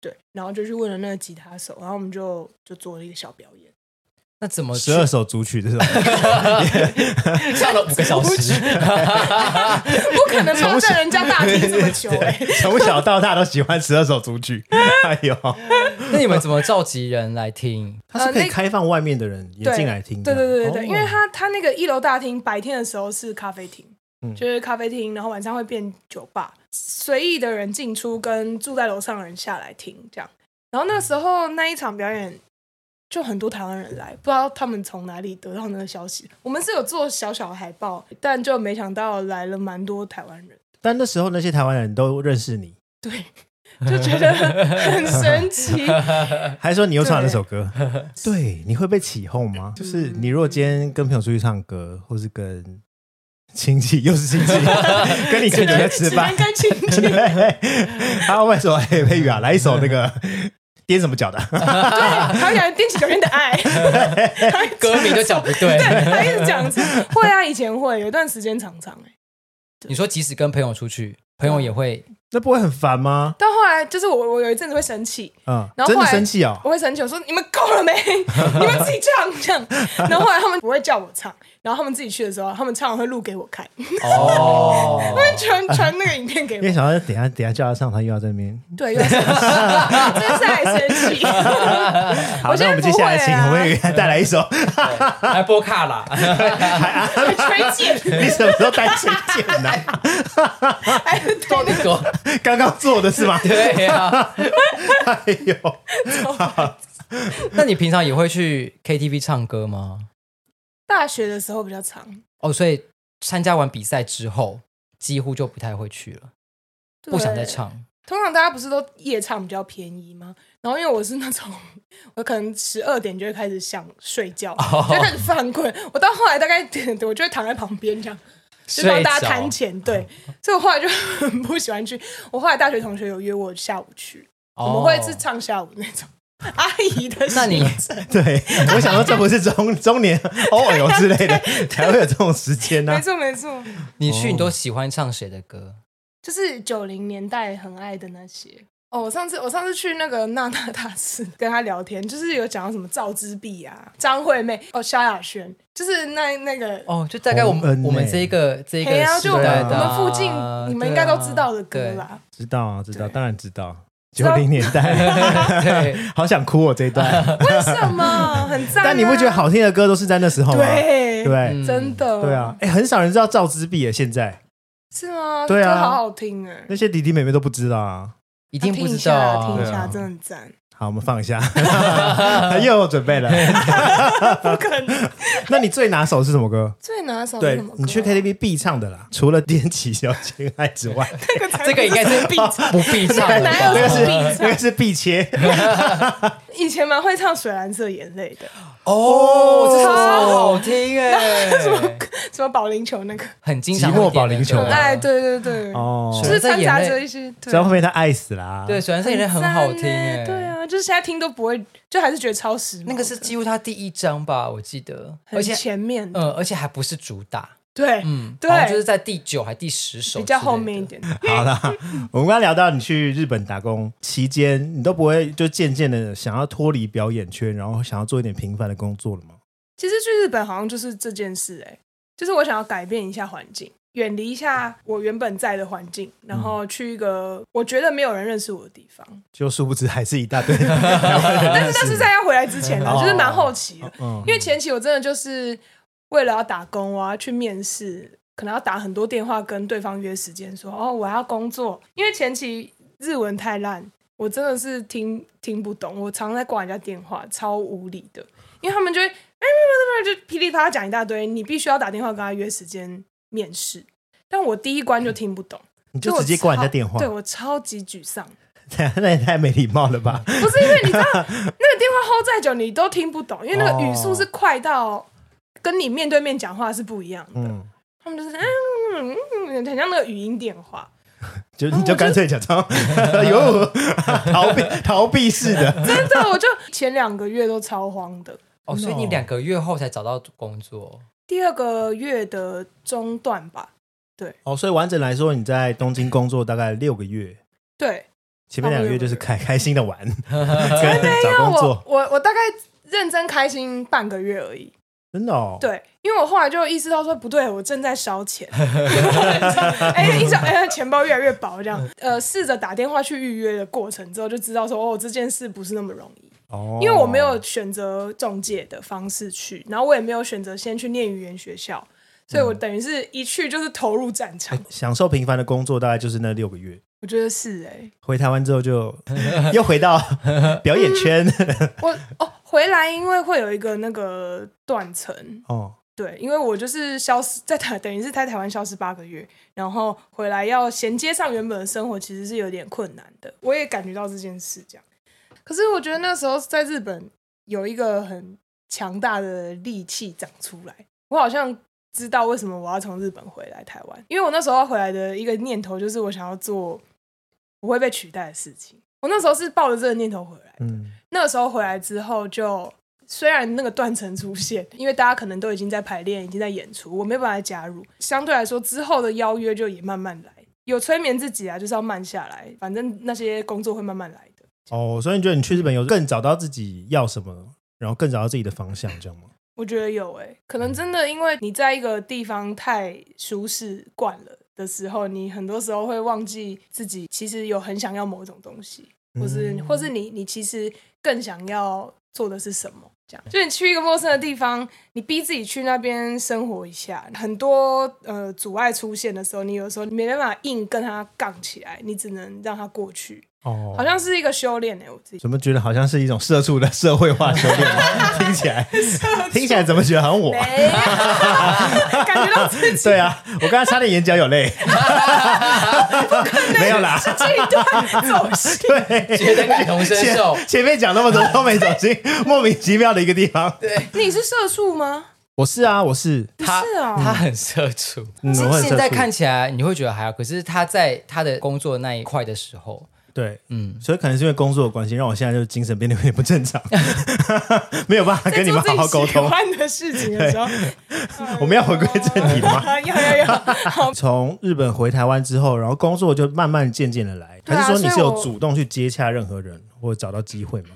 Speaker 3: 对，然后就去问了那个吉他手，然后我们就就做了一个小表演，
Speaker 2: 那怎么去
Speaker 1: 十二首组曲这 种，
Speaker 2: 唱了五个小时？
Speaker 3: 不可能放在人家大厅这么久哎、
Speaker 1: 对，从小到大都喜欢十二首组曲。哎呦，
Speaker 2: 那你们怎么召集人来听？
Speaker 1: 它是可
Speaker 3: 呃那
Speaker 1: 以开放外面的人也
Speaker 3: 对
Speaker 1: 进来听的。
Speaker 3: 对对对对对，
Speaker 2: 哦
Speaker 3: 因为他他那个一楼大厅白天的时候是咖啡厅，
Speaker 1: 嗯
Speaker 3: 就是咖啡厅，然后晚上会变酒吧，随意的人进出跟住在楼上的人下来听这样。然后那时候那一场表演。就很多台湾人来，不知道他们从哪里得到那个消息。我们是有做小小的海报，但就没想到来了蛮多台湾人，
Speaker 1: 但那时候那些台湾人都认识你，
Speaker 3: 对，就觉得很神奇。
Speaker 1: 还说你又唱了那首歌，对，你会被起哄吗？
Speaker 3: 嗯
Speaker 1: 就是你如果今天跟朋友出去唱歌，或是跟亲戚，又是亲 戚，跟你舅舅在吃
Speaker 3: 只
Speaker 1: 饭
Speaker 3: 能，跟亲戚
Speaker 1: 对，他会说：“哎，佩宇啊，来一首那 个踮什么脚的
Speaker 3: 对，还有讲踮起脚尖的爱，还有
Speaker 2: 歌名就讲不对。
Speaker 3: 对，他一直讲错会啊，以前会有一段时间常常哎、
Speaker 2: 你说即使跟朋友出去，朋友也会，？”
Speaker 1: 那不会很烦吗？
Speaker 3: 到后来就是我我有一阵子会生气，
Speaker 1: 嗯，
Speaker 3: 然后
Speaker 1: 真
Speaker 3: 后
Speaker 1: 的
Speaker 3: 来
Speaker 1: 生气哦。
Speaker 3: 我会生气，我说你们够了没？ 你们自己唱这样。然后后来他们不会叫我唱，然后他们自己去的时候，他们唱完会录给我看，
Speaker 2: 哦，
Speaker 3: 传传那个影片给
Speaker 1: 因
Speaker 3: 我
Speaker 1: 为。想要等一下等一下叫他上，他又要在那边。
Speaker 3: 对，又在生气，真是还生气。
Speaker 1: 好，那
Speaker 3: 我现
Speaker 1: 我
Speaker 3: 在
Speaker 1: 们
Speaker 3: 不
Speaker 1: 接
Speaker 3: 会
Speaker 1: 下来请
Speaker 3: 啊
Speaker 1: 红，卫给他带来一 首。
Speaker 2: 还播 卡啦，
Speaker 3: 还吹剑，
Speaker 1: 你什么时候带琴键呢？
Speaker 3: 还是对那个
Speaker 2: 多
Speaker 1: 刚刚做的 是吗？
Speaker 2: 对呀。
Speaker 1: 哎呦，
Speaker 2: 那你平常也会去 KTV 唱歌吗？
Speaker 3: 大学的时候比较长。
Speaker 2: 哦，所以参加完比赛之后，几乎就不太会去了，
Speaker 3: 对
Speaker 2: 不想再唱。
Speaker 3: 通常大家不是都夜唱比较便宜吗？然后因为我是那种， 我可能十二点就会开始想睡觉，
Speaker 2: 哦
Speaker 3: 就开始犯困。我到后来大概 我就会躺在旁边这样，就帮大家
Speaker 2: 睡
Speaker 3: 摊
Speaker 2: 着
Speaker 3: 钱。对，所以我后来就很不喜欢去。我后来大学同学有约我下午去，
Speaker 2: 哦
Speaker 3: 我们会是唱下午那种阿姨的行
Speaker 2: 那你
Speaker 3: 程。
Speaker 1: 对，我想说这不是中中 年偶尔有之类的，才会有这种时间啊
Speaker 3: 没
Speaker 1: 呢。
Speaker 3: 错没错，
Speaker 2: 你去
Speaker 3: 哦
Speaker 2: 你都喜欢唱谁的歌？
Speaker 3: 就是九零年代很爱的那些。哦，我上次我上次去那个娜娜大师跟他聊天，就是有讲到什么赵之璧啊、张惠妹、哦萧亚轩，就是那那个
Speaker 2: 哦，就大概我
Speaker 1: 洪恩
Speaker 2: 们
Speaker 1: 欸
Speaker 2: 我们这一个这一个
Speaker 3: 嘿啊，
Speaker 2: 时
Speaker 3: 就我
Speaker 2: 代
Speaker 3: 们
Speaker 2: 的
Speaker 3: 我们
Speaker 2: 啊，
Speaker 3: 附近你们应该都知道的歌
Speaker 2: 对啊。
Speaker 3: 啦。
Speaker 1: 知道啊，知道，当然知道。
Speaker 3: 知
Speaker 1: 九
Speaker 3: 道
Speaker 1: 零年 代，
Speaker 2: 对，
Speaker 1: 好想哭哦这一段。
Speaker 3: 为什么很赞、啊？
Speaker 1: 但你不觉得？好听的歌都是在那时候吗？
Speaker 3: 对
Speaker 1: 对不对
Speaker 2: 嗯
Speaker 3: 真的
Speaker 1: 对啊，，哎，很少人知道赵之璧耶，现在
Speaker 3: 是吗？
Speaker 1: 对啊
Speaker 3: 歌好好听哎、
Speaker 1: 那些弟弟妹妹都不知道啊。
Speaker 2: 一定不
Speaker 3: 听一
Speaker 2: 知道
Speaker 3: 下，
Speaker 2: 啊
Speaker 3: 听一
Speaker 1: 对啊
Speaker 3: 下，真的很赞。
Speaker 1: 好，我们放一 下，又有准备了。
Speaker 3: 不可能，
Speaker 1: 那你最拿手是什么歌？
Speaker 3: 最拿手是
Speaker 1: 对
Speaker 3: 什么歌啊？
Speaker 1: 你去 KTV 必唱的啦，除了踮起小情爱之外，
Speaker 2: 啊这个应该是必 不必唱的
Speaker 3: 哪有
Speaker 1: 那个
Speaker 2: 吧？
Speaker 1: 是
Speaker 3: 必唱
Speaker 1: 那个是必切。
Speaker 3: 以前蛮会唱《水蓝色眼泪》的，
Speaker 2: 哦，这首超好听哎，
Speaker 3: 什么保龄球那个。
Speaker 2: 很经常
Speaker 1: 寂寞
Speaker 2: 会点
Speaker 1: 保龄球
Speaker 2: 的歌
Speaker 1: 啊
Speaker 3: 哎，对对对，
Speaker 1: 哦
Speaker 3: 就是掺杂着一些，对
Speaker 1: 所以后面他爱死啦、
Speaker 2: 对，水蓝色眼泪很好听
Speaker 3: 赞
Speaker 2: 哎，
Speaker 3: 呢对，啊，就是现在听都不会，就还是觉得超时髦的。
Speaker 2: 那个是几乎他第一张吧，我记得，
Speaker 3: 很
Speaker 2: 而且
Speaker 3: 前面的，
Speaker 2: 嗯，而且还不是主打，
Speaker 3: 对，
Speaker 2: 嗯，
Speaker 3: 对
Speaker 2: 好像就是在第九还第十首
Speaker 3: 比较
Speaker 2: 之类的
Speaker 3: 后面一。点。
Speaker 1: 好啦， 我们刚刚聊到你去日本打工期间，你都不会就渐渐的想要脱离表演圈，然后想要做一点平凡的工作了吗？
Speaker 3: 其实去日本好像就是这件事、哎，就是我想要改变一下环境，远离一下我原本在的环境，然后去一个我觉得没有人认识我的地方。
Speaker 1: 就殊不知还是一大 堆。
Speaker 3: 但是那是在要回来之前呢、啊
Speaker 1: 哦
Speaker 3: 就是蛮好奇的，
Speaker 1: 嗯
Speaker 3: 因为前期我真的就是为了要打工，我要去面试，可能要打很多电话跟对方约时间，说哦我要工作，因为前期日文太烂，我真的是听听不懂，我常在挂人家电话，超无理的，因为他们就会哎不不不就噼里啪啦讲一大堆，你必须要打电话跟他约时间面试，但我第一关就听不懂，
Speaker 1: 你就直接挂人家电话
Speaker 3: 对，我超级沮丧，
Speaker 1: 那也太没礼貌了吧？
Speaker 3: 不是因为你知道 那个电话 hold 再久你都听不懂，因为那个语速是快到跟你面对面讲话是不一样的。
Speaker 1: 嗯，
Speaker 3: 他们就是嗯嗯嗯，很像那个语音电话，
Speaker 1: 就你就干脆假 装有 逃避逃避式的，
Speaker 3: 真的，我就前两个月都超慌的，
Speaker 2: 哦，所以你
Speaker 1: No
Speaker 2: 两个月后才找到工 作，
Speaker 3: 第二个月的中段吧，
Speaker 1: 哦，所以完整来说，你在东京工作大概六个月，
Speaker 3: 对，
Speaker 1: 前面两个月就是开 开心的啊玩，
Speaker 3: 真的
Speaker 1: 跟找
Speaker 3: 那
Speaker 1: 工
Speaker 3: 我
Speaker 1: 作，
Speaker 3: 我我大概认真开心半个月而已，
Speaker 1: 真的哦，
Speaker 3: 对，因为我后来就意识到说不对，我正在烧钱， 哎，一想哎，钱包越来越薄这样，呃，试着打电话去预约的过程之后，就知道说哦，这件事不是那么容易。
Speaker 1: 哦，
Speaker 3: 因为我没有选择中介的方式去，然后我也没有选择先去念语言学校，所以我等于是一去就是投入战场。
Speaker 1: 享受平凡的工作，大概就是那六个月。
Speaker 3: 我觉得是哎、
Speaker 1: 回台湾之后 就又回 到表演 圈
Speaker 3: 我哦回来，因为会有一个那个断层，
Speaker 1: 哦，
Speaker 3: 对，因为我就是消失在台，等于是在台湾消失八个月，然后回来要衔接上原本的生活，其实是有点困难的。我也感觉到这件事这样，可是我觉得那时候在日本有一个很强大的力气长出来，我好像知道为什么我要从日本回来台湾，因为我那时候要回来的一个念头就是我想要做不会被取代的事情。我那时候是抱着这个念头回来的，
Speaker 1: 嗯，
Speaker 3: 那时候回来之后就。虽然那个断层出现，因为大家可能都已经在排练，已经在演出，我没办法加入。相对来说，之后的邀约就也慢慢来，有催眠自己啊，就是要慢下来。反正那些工作会慢慢来的。
Speaker 1: 哦，所以你觉得你去日本有更找到自己要什么，然后更找到自己的方向，这样吗？
Speaker 3: 我觉得有诶、可
Speaker 1: 嗯
Speaker 3: 能真的因为你在一个地方太舒适惯了的时候，你很多时候会忘记自己其实有很想要某种东西，或是、
Speaker 1: 嗯
Speaker 3: 或是你你其实更想要做的是什么。这样，就
Speaker 1: 嗯
Speaker 3: 你去一个陌生的地方，你逼自己去那边生活一下，很多呃阻碍出现的时候，你有时候没办法硬跟他杠起来，你只能让他过去，
Speaker 1: 哦，
Speaker 3: 好像是一个修炼欸诶、我自己
Speaker 1: 怎么觉得好像是一种社畜的社会化修炼？ 听起来，听起来怎么觉得好像我啊？
Speaker 3: 没有 感觉到自己
Speaker 1: 对啊，我刚刚差点眼角有 泪，没有啦。
Speaker 3: 这一段走心。
Speaker 1: 对，
Speaker 2: 觉得感同身
Speaker 1: 前
Speaker 3: 哦
Speaker 2: 受。
Speaker 1: 前面讲那么多都没走 心，莫名其妙的一个地方。
Speaker 3: 你是社畜吗？
Speaker 1: 我是啊，我是，
Speaker 2: 他
Speaker 3: 是啊
Speaker 2: 他很社 畜。
Speaker 1: 嗯，我很
Speaker 2: 现
Speaker 1: 社
Speaker 2: 在
Speaker 1: 畜
Speaker 2: 看起来你会觉得还好，可是他在他的工作那一块的时候，
Speaker 1: 对，
Speaker 2: 嗯，
Speaker 1: 所以可能是因为工作的关系，让我现在就精神变得有点不正 常，没有办法跟你们好好沟
Speaker 3: 在做自己喜
Speaker 1: 通。
Speaker 3: 欢的事情的时候，哎
Speaker 1: 我们要回归正题 吗？
Speaker 3: 要要要，
Speaker 1: 从日本回台湾之后，然后工作就慢慢渐渐的来，
Speaker 3: 对
Speaker 1: 还
Speaker 3: 啊
Speaker 1: 是说你是
Speaker 3: 所以
Speaker 1: 有
Speaker 3: 我
Speaker 1: 主动去接洽任何人或者找到机会吗？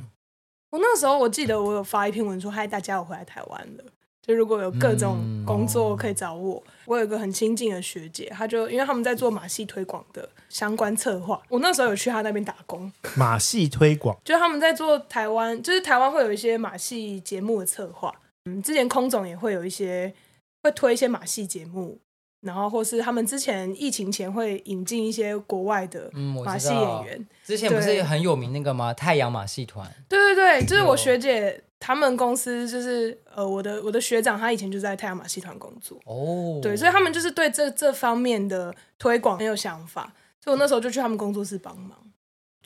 Speaker 3: 我那时候我记得我有发一篇文说，嗨，大家我回来台湾了。就如果有各种工作可以找我，我有一个很亲近的学姐，她就因为他们在做马戏推广的相关策划，我那时候有去她那边打工，
Speaker 1: 马戏推广
Speaker 3: 就他们在做台湾，就是台湾会有一些马戏节目的策划，嗯，之前空总也会有一些会推一些马戏节目，然后或是他们之前疫情前会引进一些国外的
Speaker 2: 嗯我知道
Speaker 3: 马戏演员，
Speaker 2: 之前不
Speaker 3: 对
Speaker 2: 是很有名那个吗？太阳马戏团，
Speaker 3: 对对对，就是我学姐他们公司就是呃我的我的学长他以前就在太阳马戏团工作，
Speaker 2: 哦，
Speaker 3: 对，所以他们就是对这这方面的推广很有想法，所以我那时候就去他们工作室帮忙。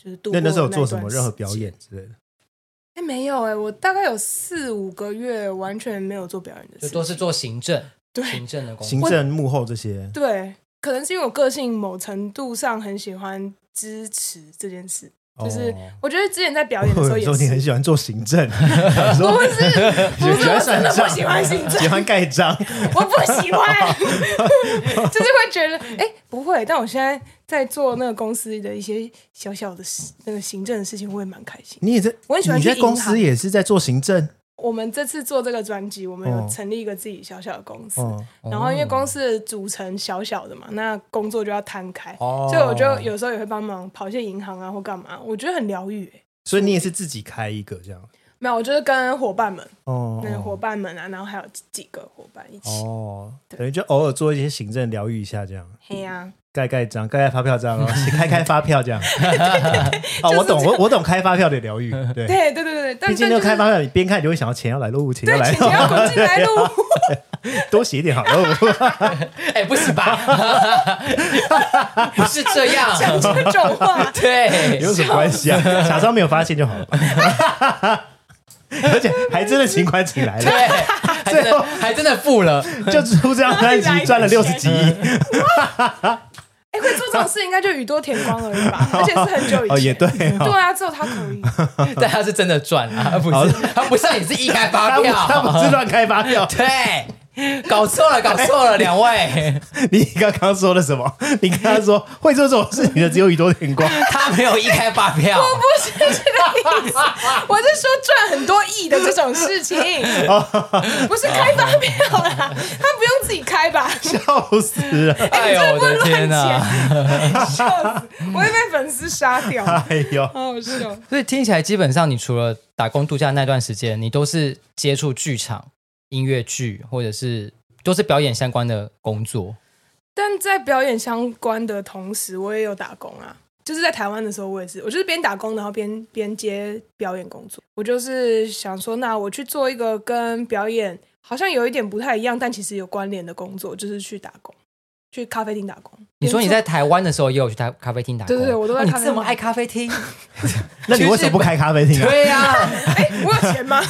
Speaker 3: 就是度
Speaker 1: 那
Speaker 3: 过
Speaker 1: 你那时候有做
Speaker 3: 一
Speaker 1: 什么
Speaker 3: 段
Speaker 1: 任何
Speaker 3: 时
Speaker 1: 表
Speaker 3: 间
Speaker 1: 演之类的？
Speaker 3: 哎、没有哎、我大概有四五个月完全没有做表演的事
Speaker 2: 就
Speaker 3: 情，
Speaker 2: 都是做行政，
Speaker 3: 对
Speaker 2: 行政
Speaker 3: 哦
Speaker 2: 的工
Speaker 1: 行
Speaker 2: 作。
Speaker 1: 政幕后这些，
Speaker 3: 对，可能是因为我个性某程度上很喜欢支持这件事，就是、
Speaker 1: 哦
Speaker 3: 我觉得之前在 表
Speaker 1: 我
Speaker 3: 演的时候
Speaker 1: 有
Speaker 3: 也
Speaker 1: 时候你很
Speaker 3: 是，
Speaker 1: 喜欢做行 政，想说
Speaker 3: 不是不是，
Speaker 1: 喜欢
Speaker 3: 我 真
Speaker 1: 算
Speaker 3: 的
Speaker 1: 账，
Speaker 3: 不喜欢行政
Speaker 1: 喜，欢盖章，
Speaker 3: 我不喜欢，就是会觉得哎、不会，但我现在在做那个公司的一些小小的事，那个行政的事情，我也蛮开心。
Speaker 1: 你也在，
Speaker 3: 我很喜欢
Speaker 1: 你
Speaker 3: 去
Speaker 1: 在公
Speaker 3: 银行
Speaker 1: 司也是在做行政，
Speaker 3: 我们这次做这个专辑，我们
Speaker 1: 哦
Speaker 3: 有成立一个自己小小的公司，
Speaker 1: 哦
Speaker 3: 然后因为公
Speaker 2: 司
Speaker 3: 司的组成小小的嘛，那工作就要摊开，
Speaker 1: 哦
Speaker 3: 所以我就有时候也会帮忙跑一些银行啊或干嘛，我觉得很疗愈、欸。
Speaker 1: 所以你也是自己开一个这样，
Speaker 3: 没有，我就是跟伙伴们，
Speaker 1: 哦
Speaker 3: 那个伙伴们啊，然后还有几个伙伴一起，
Speaker 1: 哦，
Speaker 3: 对
Speaker 1: 等于就偶尔做一些行政疗愈一下这样。
Speaker 3: 嘿呀、
Speaker 1: 盖盖章、盖盖发票章，然后写开开发票这 样。 哦，我懂，我我懂开发票的疗愈，对。
Speaker 3: 对对对对，但
Speaker 1: 毕
Speaker 3: 但
Speaker 1: 竟那
Speaker 3: 就是
Speaker 1: 个开发票，你边看你就会想要钱要来喽，钱
Speaker 3: 对
Speaker 1: 来
Speaker 3: 钱
Speaker 1: 喽
Speaker 3: 钱，要滚进来录，
Speaker 1: 多写一点好 喽。
Speaker 2: 哎、不行吧？ 不是这
Speaker 3: 讲
Speaker 2: 样，，
Speaker 3: 这种话
Speaker 2: 对，
Speaker 1: 有什么关系啊？假装没有发现就好了吧。 而且还真的情款请来 了，
Speaker 2: 对，还真的还真的付了，
Speaker 1: 就出这张专辑赚了六十几亿，
Speaker 3: 哎，会做这种事应该就宇多田光而已吧，而且是很久以前。
Speaker 1: 哦，也对
Speaker 3: 对
Speaker 1: 哦，
Speaker 3: 啊，只有他可以。
Speaker 2: 但他是真的赚啊，不是他不像你是一开发
Speaker 1: 他不
Speaker 2: 票，
Speaker 1: 他不是乱开发票。
Speaker 2: 对，搞错了，搞错了，两位，
Speaker 1: 你刚刚说了什么？你刚刚说会做这种事情的只有宇多田 光，
Speaker 2: 他没有一开发票，
Speaker 3: 不是这个意思，我是说赚很多亿的这种事情，不是开发票啦，他不用自己开吧？
Speaker 1: 笑死了！
Speaker 2: 哎呦我的天哪、
Speaker 3: 笑死，我会被粉丝杀掉，好
Speaker 1: 哎呦，
Speaker 3: 好笑。
Speaker 2: 所以听起来基本上，你除了打工度假那段时间，你都是接触剧场、音乐剧，或者是都是表演相关的工作。
Speaker 3: 但在表演相关的同时，我也有打工啊。就是在台湾的时候，我也是，我就是边打工，然后边边接表演工作。我就是想说，那我去做一个跟表演好像有一点不太一样，但其实有关联的工作，就是去打工，去咖啡厅打工。
Speaker 2: 你说你在
Speaker 3: 边
Speaker 2: 台湾的时候也有去咖咖啡厅打工？
Speaker 3: 对对对我都在
Speaker 2: 哦你
Speaker 3: 咖啡
Speaker 2: 这
Speaker 3: 厅
Speaker 2: 么爱咖啡厅？
Speaker 1: 那你为什么不开咖啡厅啊？
Speaker 2: 对呀、
Speaker 3: 做，哎、我有 钱吗？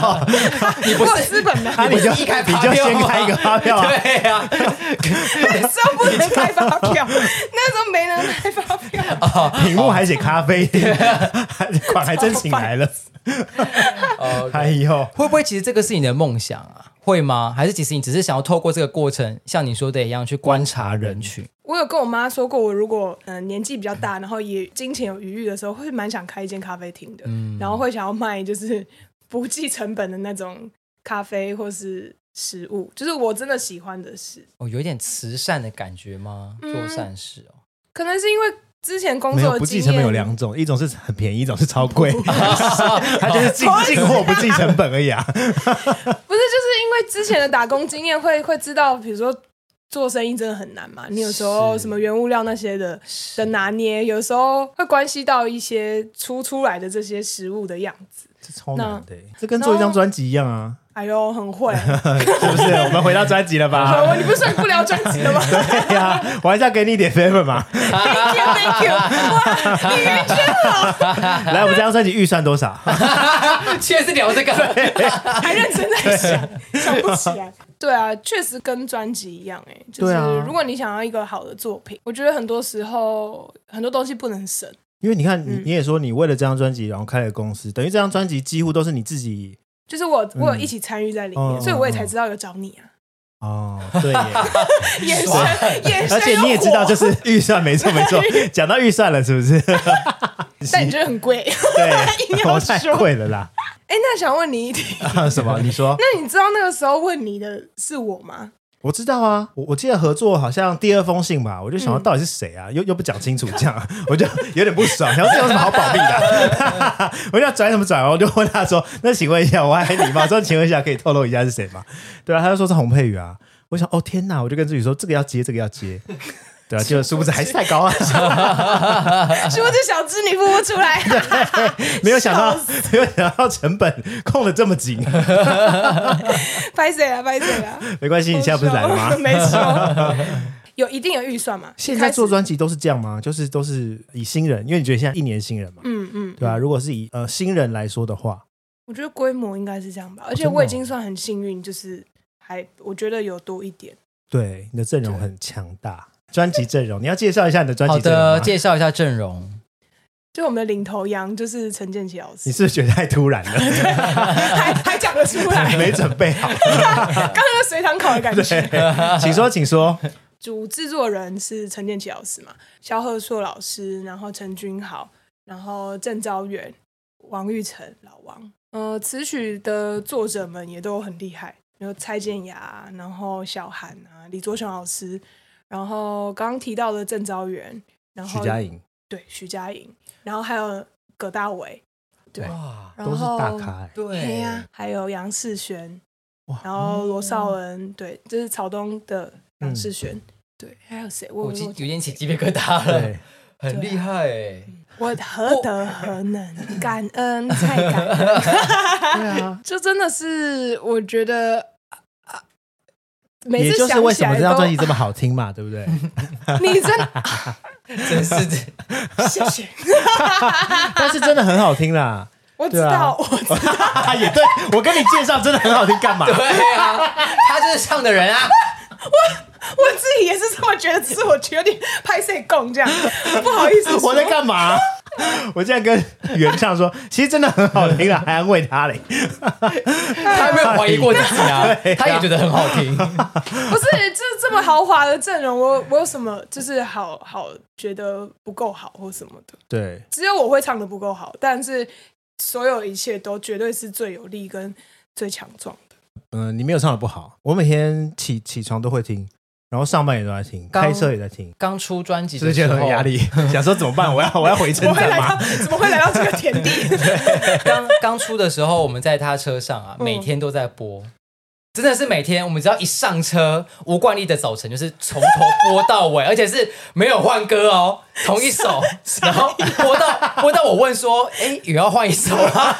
Speaker 2: 你
Speaker 3: 我
Speaker 2: 不
Speaker 3: 有
Speaker 2: 是
Speaker 3: 资本吗？
Speaker 1: 那 你就
Speaker 2: 我是一开
Speaker 1: 你
Speaker 2: 发
Speaker 1: 就
Speaker 2: 票啊
Speaker 1: 先开一个发票啊！
Speaker 2: 对呀、
Speaker 3: 那时候不能开发票，那时候没人开发票。
Speaker 1: 屏幕还写咖啡厅， 还款还真请来了。
Speaker 2: 哦
Speaker 1: 哎呦，
Speaker 2: 会不会其实这个是你的梦想啊？会吗？还是其实你只是想要透过这个过程，像你说的一样，去观察人
Speaker 1: 嗯
Speaker 2: 群？
Speaker 3: 我有跟我妈说过，我如果嗯、呃年纪比较大，然后也金钱有余裕的时候，会蛮想开一间咖啡厅的，
Speaker 1: 嗯
Speaker 3: 然后会想要卖就是不计成本的那种咖啡或是食物，就是我真的喜欢的事。
Speaker 2: 哦，有一点慈善的感觉吗？
Speaker 3: 嗯
Speaker 2: 做善事哦。
Speaker 3: 可能是因为之前工
Speaker 1: 没
Speaker 3: 作
Speaker 1: 有
Speaker 3: 的
Speaker 1: 不计
Speaker 3: 经
Speaker 1: 成本有
Speaker 3: 验，
Speaker 1: 两种，一种是很便宜，一种是超 贵，它就是进进货不计成本而已啊。
Speaker 3: 不是就是因为之前的打工经验会会知道，比如说做生意真的很难嘛，你有时候
Speaker 2: 是
Speaker 3: 什么原物料那些的的拿捏，有时候会关系到一些出出来的这些食物的样子。
Speaker 1: 这超难的欸，这跟做一张专辑一样啊，
Speaker 3: 哎呦，很会！
Speaker 1: 是不是？我们回到专辑了吧？
Speaker 3: 我你不是说你不聊专辑的吗？
Speaker 1: 对呀、我还是要给你一点 favor 嘛。
Speaker 3: Thank you, thank you！哇，你完全
Speaker 1: 来，我们这张专辑预算多少？
Speaker 2: 确实 聊这个，
Speaker 3: 还认真在想，想不起来。对啊，确实跟专辑一样哎、就
Speaker 1: 对啊
Speaker 3: 是如果你想要一个好的作品，我觉得很多时候很多东西不能省。
Speaker 1: 因为你看，你
Speaker 3: 嗯
Speaker 1: 你也说你为了这张专辑，然后开了公司，等于这张专辑几乎都是你自己
Speaker 3: 就是我，我有一起参与在里面，
Speaker 1: 嗯
Speaker 3: 所以我也才知道有找你啊。
Speaker 1: 哦， 对耶。
Speaker 3: 眼神，眼神，
Speaker 1: 而且你也知道，就。是预算没错没 错。讲到预算了，是不是？
Speaker 3: 但你觉得很贵。 硬
Speaker 1: 对，
Speaker 3: 要
Speaker 1: 我太
Speaker 3: 说
Speaker 1: 贵了啦。
Speaker 3: 哎、那想问你一 题，
Speaker 1: 啊什么？你说？
Speaker 3: 那你知道那个时候问你的是我 吗？
Speaker 1: 我知道啊，我我记得合作好像第二封信吧，我就想到
Speaker 3: 嗯
Speaker 1: 到底是谁啊，又又不讲清楚，这样 我就有点不爽，然后这有什么好保密的？ 我就要转什么转，我就问他说：“那请问一下，我还礼貌说，请问一下，可以透露一下是谁吗？”对啊，他就说是洪佩瑜啊。我想，哦天哪，我就跟自己说这个要接，这个要接，对 啊，结果殊不知还是太高啊，
Speaker 3: 是不是小资你付不出来？
Speaker 1: 没有想到，没有 想到成本控的这么紧，
Speaker 3: 拍谁啊？拍谁啊？？
Speaker 1: 没关系，你现在不是来了吗
Speaker 3: 没错，有一定有预算嘛？
Speaker 1: 现在做
Speaker 3: 一开始
Speaker 1: 专辑都是这样吗？就是都是以新人，因为你觉得现在一年新人嘛，
Speaker 3: 嗯嗯，
Speaker 1: 对吧、如果是以呃新人来说的话，
Speaker 3: 我觉得规模应该是这样吧，而且
Speaker 1: 真的哦
Speaker 3: 我已经算很幸运，就是还我觉得有多一点。
Speaker 1: 对你的阵容很强大，专辑阵容，你要介绍一下你的专
Speaker 2: 好
Speaker 1: 辑阵容
Speaker 2: 的，
Speaker 1: 吗？
Speaker 2: 介绍一下阵容。
Speaker 3: 就我们的领头羊就是陈建奇老
Speaker 1: 你
Speaker 3: 师，
Speaker 1: 是不是觉得太突然 了，
Speaker 3: 还还讲得出 来，
Speaker 1: 没准备好？
Speaker 3: 刚刚那个随堂考的感觉。
Speaker 1: 对，请说，请说。
Speaker 3: 主制作人是陈建奇老师嘛，萧贺硕老师，然后陈君豪，然后郑昭元、王玉成、老王。呃，词曲的作者们也都很厉害，比如蔡健雅啊、然后小韩啊、李卓雄老师，然后刚刚提到的郑昭元，然
Speaker 1: 徐
Speaker 3: 后
Speaker 1: 佳莹
Speaker 3: 对徐佳莹，然后还有葛大为，对
Speaker 2: 哇，
Speaker 3: 然
Speaker 1: 都
Speaker 3: 后
Speaker 1: 是大咖、欸，
Speaker 3: 对
Speaker 2: 对
Speaker 3: 呀、还有杨世璇，
Speaker 1: 哇嗯
Speaker 3: 然后罗少恩，对，这是草东的杨世璇，对，还有谁？我
Speaker 2: 我鸡
Speaker 3: 我
Speaker 2: 有点起鸡皮疙瘩了，
Speaker 1: 对，
Speaker 2: 很厉害哎。
Speaker 3: 我何德何能？感恩太感恩，
Speaker 1: 对啊，
Speaker 3: 就真的是我觉得，啊啊每
Speaker 1: 也
Speaker 3: 次
Speaker 1: 就是
Speaker 3: 想
Speaker 1: 为
Speaker 3: 起
Speaker 1: 什么
Speaker 3: 来
Speaker 1: 这张
Speaker 3: 都
Speaker 1: 专辑这么好听嘛，对 不对？
Speaker 3: 你真的啊
Speaker 2: 真是的，
Speaker 3: 谢谢，
Speaker 1: 但是真的很好听啦，
Speaker 3: 我知
Speaker 1: 对啊
Speaker 3: 道，我知道，
Speaker 1: 也对我跟你介绍真的很好听，干嘛？
Speaker 2: 对啊，他就是唱的人啊。
Speaker 3: 我自己也是这么觉得，只是我觉得有点拍谁供这样，不好意思说，
Speaker 1: 我在干嘛？我竟然跟原唱说，其实真的很好听啦，还安慰他嘞。
Speaker 2: 他有没有怀疑过自己 啊？他也觉得很好听，
Speaker 3: 不是，就是这么豪华的阵容，我我有什么就是好好觉得不够好或什么的，
Speaker 1: 对，
Speaker 3: 只有我会唱的不够好，但是所有一切都绝对是最有力跟最强壮的。
Speaker 1: 嗯、你没有唱的不好，我每天起起床都会听，然后上班也都在听，
Speaker 2: 刚
Speaker 1: 开车也在听，
Speaker 2: 刚出专辑
Speaker 1: 只是
Speaker 2: 的
Speaker 1: 觉
Speaker 2: 时
Speaker 1: 得很
Speaker 2: 候
Speaker 1: 有压。力，想说怎么办？我要我要回
Speaker 3: 怎
Speaker 1: 正
Speaker 3: 么会
Speaker 1: 站
Speaker 3: 来到
Speaker 1: 吗？
Speaker 3: 怎么会来到这个田地？
Speaker 2: 刚刚出的时候，我们在他车上啊，
Speaker 3: 嗯
Speaker 2: 每天都在播。真的是每天，我们只要一上车，吴冠丽的《早晨》就是从头播到 尾，而且是没有换歌哦，同一首，
Speaker 1: 啊
Speaker 2: 然后播到播到我 问说：“哎，也要换一首吗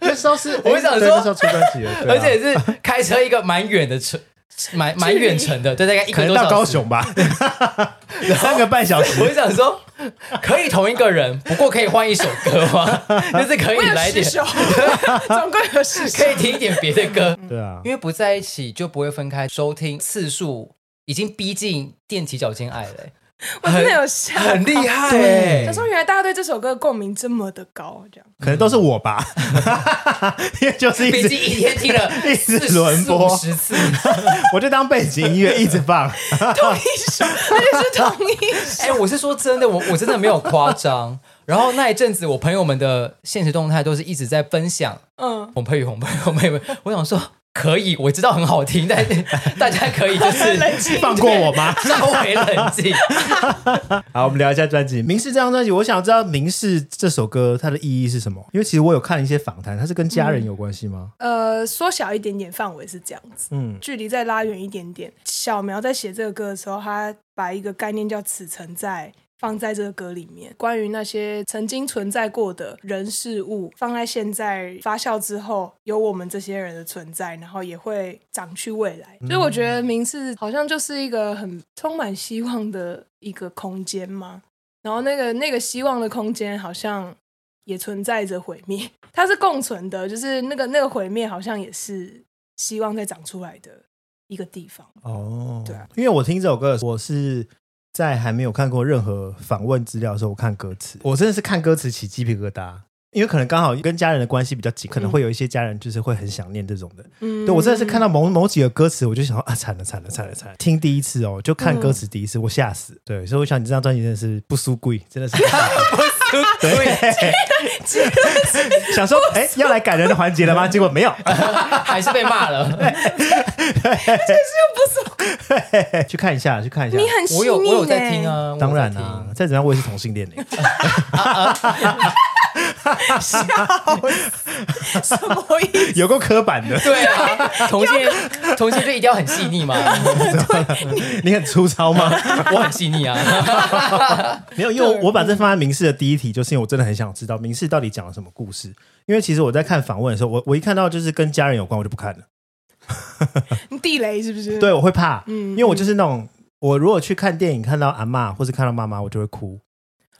Speaker 1: 那时 候是，
Speaker 2: 我会想
Speaker 1: 对
Speaker 2: 说
Speaker 1: 那时候出专辑了，？”对啊
Speaker 2: 而且是开车一个蛮远的程，蛮蛮远程的，对，大概一
Speaker 1: 可能
Speaker 2: 个多小
Speaker 1: 到
Speaker 2: 时。
Speaker 1: 高雄吧，三个半小时
Speaker 2: 我。就想说，可以同一个人，不过可以换一首歌 吗？就是可以
Speaker 3: 我有
Speaker 2: 来
Speaker 3: 十
Speaker 2: 点，
Speaker 3: 首， 总共有十首
Speaker 2: 可。以听一点别的歌，
Speaker 1: 对啊，
Speaker 2: 因为不在一起就不会分开，收听次数已经逼近踮起脚尖爱了欸、
Speaker 3: 我真的有吓，
Speaker 2: 很厉害、
Speaker 1: 啊对
Speaker 2: 欸。
Speaker 3: 他说原来大家对这首歌的共鸣这么的高，这样。
Speaker 1: 可能都是我吧， 因为 就是一
Speaker 2: 毕
Speaker 1: 直
Speaker 2: 竟一天听了
Speaker 1: 一直轮播
Speaker 2: 十次，
Speaker 1: 我就当背景音乐一直 放，
Speaker 3: 同一首，而且是同一首。
Speaker 2: 哎、我是说真的，我我真的没有夸张。然后那一阵子，我朋友们的现实动态都是一直在分享
Speaker 3: 嗯，
Speaker 2: 洪佩瑜、洪佩瑜、洪佩瑜。我想说，可以，我知道很好听，但 是大家可以就是
Speaker 3: 冷静一点
Speaker 1: 放过我吗？
Speaker 2: 稍微冷 静。
Speaker 1: 好，我们聊一下专辑《明示》这张专辑。我想知道《明示》这首歌它的意义是什么？因为其实我有看一些访谈，它是跟家人有关系吗？
Speaker 3: 呃，缩小一点点范围是这样子，
Speaker 1: 嗯，
Speaker 3: 距离再拉远一点点。小苗在写这个歌的时候，他把一个概念叫“此存在”放在这个歌里面，关于那些曾经存在过的人事物，放在现在发酵之后，有我们这些人的存在，然后也会长去未来。所以我觉得名次好像就是一个很充满希望的一个空间嘛。然后那个那个希望的空间好像也存在着毁灭， 它是共存的，就是那个那个毁灭好像也是希望再长出来的一个地方。
Speaker 1: 哦，
Speaker 3: 对啊，
Speaker 1: 因为我听这首歌，我是在还没有看过任何访问资料的时候，我看歌词，我真的是看歌词起鸡皮疙瘩。因为可能刚好跟家人的关系比较紧，可能会有一些家人就是会很想念这种的。
Speaker 3: 嗯，
Speaker 1: 对我真的是看到某某几个歌词，我就想说啊，惨了惨了惨了惨了！听第一次哦，就看歌词第一次，我吓死。对，所以我想你这张专辑真的是不输贵，真 的是对，想说哎、要来感人的环节了 吗？结果没有。
Speaker 2: 还是被骂了。
Speaker 1: 哎去看一下，去看一下。
Speaker 3: 嗯你很细腻
Speaker 2: 我有我有在听
Speaker 3: 呢，
Speaker 2: 啊，我有在
Speaker 1: 当然啦、
Speaker 2: 听。
Speaker 1: 再怎样我也是同性恋嘞、
Speaker 3: 什么意思？
Speaker 1: 有够刻板的，
Speaker 2: 对啊，同性恋同性恋就一定要很细腻嘛，
Speaker 1: 你很粗糙吗？
Speaker 2: 我很细腻啊。
Speaker 1: 没有，因为我把这放在明示的第一题，就是因为我真的很想知道明示到底讲了什么故事。因为其实我在看访问的时候，我我一看到就是跟家人有关，我就不看了。
Speaker 3: 你地雷是不是？
Speaker 1: 对，我会怕，
Speaker 3: 嗯
Speaker 1: 因为我就是那种，我如果去看电影看到阿嬷或是看到妈妈，我就会哭。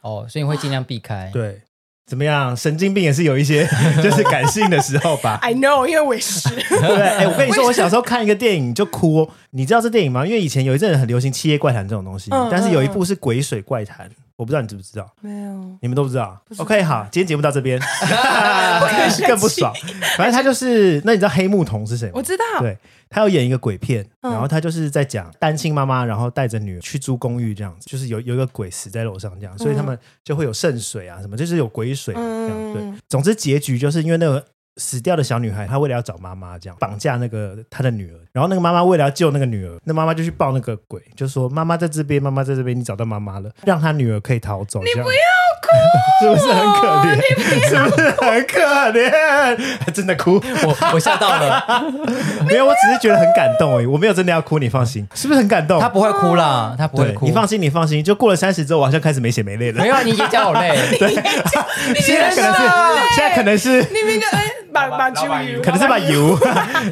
Speaker 2: 哦，所以你会尽量避开。
Speaker 1: 对，怎么样？神经病也是有一些 就是感性的时候吧。
Speaker 3: ，I know，因为我 也是。
Speaker 1: 对不对？哎、我跟你说，我小时候看一个电影就哭、哦，你知道这电影吗？因为以前有一阵子很流行《七夜怪谈》这种东西，
Speaker 3: 嗯
Speaker 1: 但是有一部是《鬼水怪谈》，我不知道你知不知道，
Speaker 3: 没有，
Speaker 1: 你们都不知道。OK，好，今天节目到这 边，啊 更不爽。反正他就是，那你知道黑木瞳是谁吗
Speaker 3: 我？知道。
Speaker 1: 对他有演一个鬼片，
Speaker 3: 嗯
Speaker 1: 然后他就是在讲单亲妈妈，然后带着女儿去租公寓这样子，就是有有一个鬼死在楼上这样，所以他们就会有圣水啊什么，就是有鬼水、这样。对，
Speaker 3: 嗯，
Speaker 1: 总之结局就是因为那个死掉的小女孩，她为了要找妈妈，这样绑架那个她的女儿，然后那个妈妈为了要救那个女儿，那妈妈就去抱那个鬼，就说妈妈在这边，妈妈在这边，你找到妈妈了，让她女儿可以逃走。你不要是不是很可怜？是不是啊很可怜？ 还真的哭，
Speaker 2: 我我吓到
Speaker 1: 哦
Speaker 2: 了，
Speaker 1: 没有，我只是觉得很感动而已，我没有真的要哭，你放心，是不是很感动？
Speaker 2: 他不会哭啦，他不会
Speaker 1: 对，
Speaker 2: 哭，
Speaker 1: 你放心，你放心，就过了三十之后，我好像开始没血没泪了
Speaker 2: 没。有啊，你眼角好累，
Speaker 1: 对， 现在可能是现在可能是
Speaker 3: 你明天哎，把把
Speaker 4: 老板
Speaker 3: 酒
Speaker 1: 可能是把油，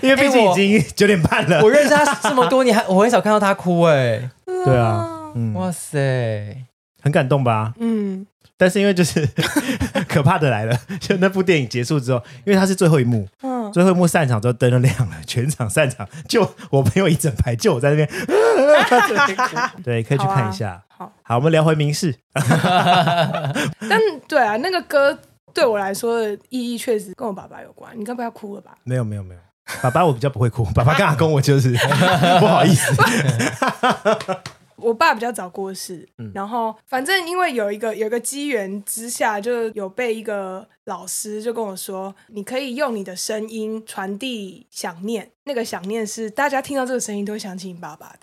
Speaker 1: 因为毕竟已经九点半了
Speaker 2: 我。认识他这么多年，还我很少看到他哭哎，
Speaker 1: 对啊，嗯，
Speaker 2: 哇塞，
Speaker 1: 很感动吧？
Speaker 3: 嗯，
Speaker 1: 但是因为就是 可怕的来了，就那部电影结束之后，因为它是最后一幕，
Speaker 3: 嗯
Speaker 1: 最后一幕散场之后灯就亮了，全场散场，就我朋友一整排，就我在那边， 对，可以去看一下。
Speaker 3: 好啊好
Speaker 1: 我们聊回民事，
Speaker 3: 但对啊，那个歌对我来说的意义确实跟我爸爸有关。你该不要哭了吧？
Speaker 1: 没有没有没有，爸爸我比较不会哭， 爸爸跟阿公我就是 不好意 思，
Speaker 3: 我爸比较早过世，然后反正因为有一个有一个机缘之下，就有被一个老师就跟我说，你可以用你的声音传递想念，那个想念是大家听到这个声音都会想起你爸爸的。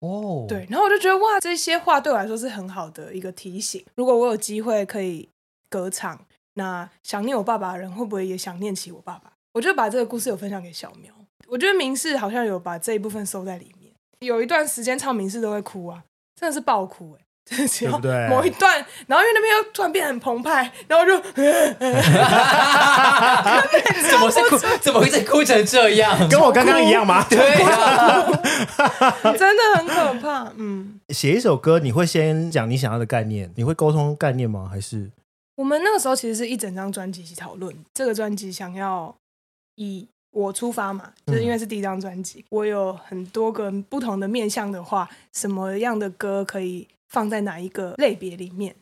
Speaker 2: 哦，
Speaker 3: 对，然后我就觉得哇，这些话对我来说是很好的一个提醒。如果我有机会可以歌唱，那想念我爸爸的人会不会也想念起我爸爸？我就把这个故事有分享给小苗。我觉得明世好像有把这一部分收在里面。有一段时间唱明世都会哭啊，真的是爆哭哎、 就是只
Speaker 1: 对
Speaker 3: 要
Speaker 1: 不对
Speaker 3: 某一段，然后因为那边又突然变得很澎湃，然后我 就
Speaker 2: 怎么是哭？怎么会是哭成这 样？
Speaker 1: 跟我刚刚一样吗？
Speaker 2: 对啊，
Speaker 3: 真的很可怕。嗯，
Speaker 1: 写一首歌，你会先讲你想要的概念，你会沟通概念吗？还是
Speaker 3: 我们那个时候其实是一整张专辑一起讨论，这个专辑想要以我出发嘛，就是因为是第一张专辑，我有很多个不同的面向的话，什么样的歌可以放在哪一个类别里面？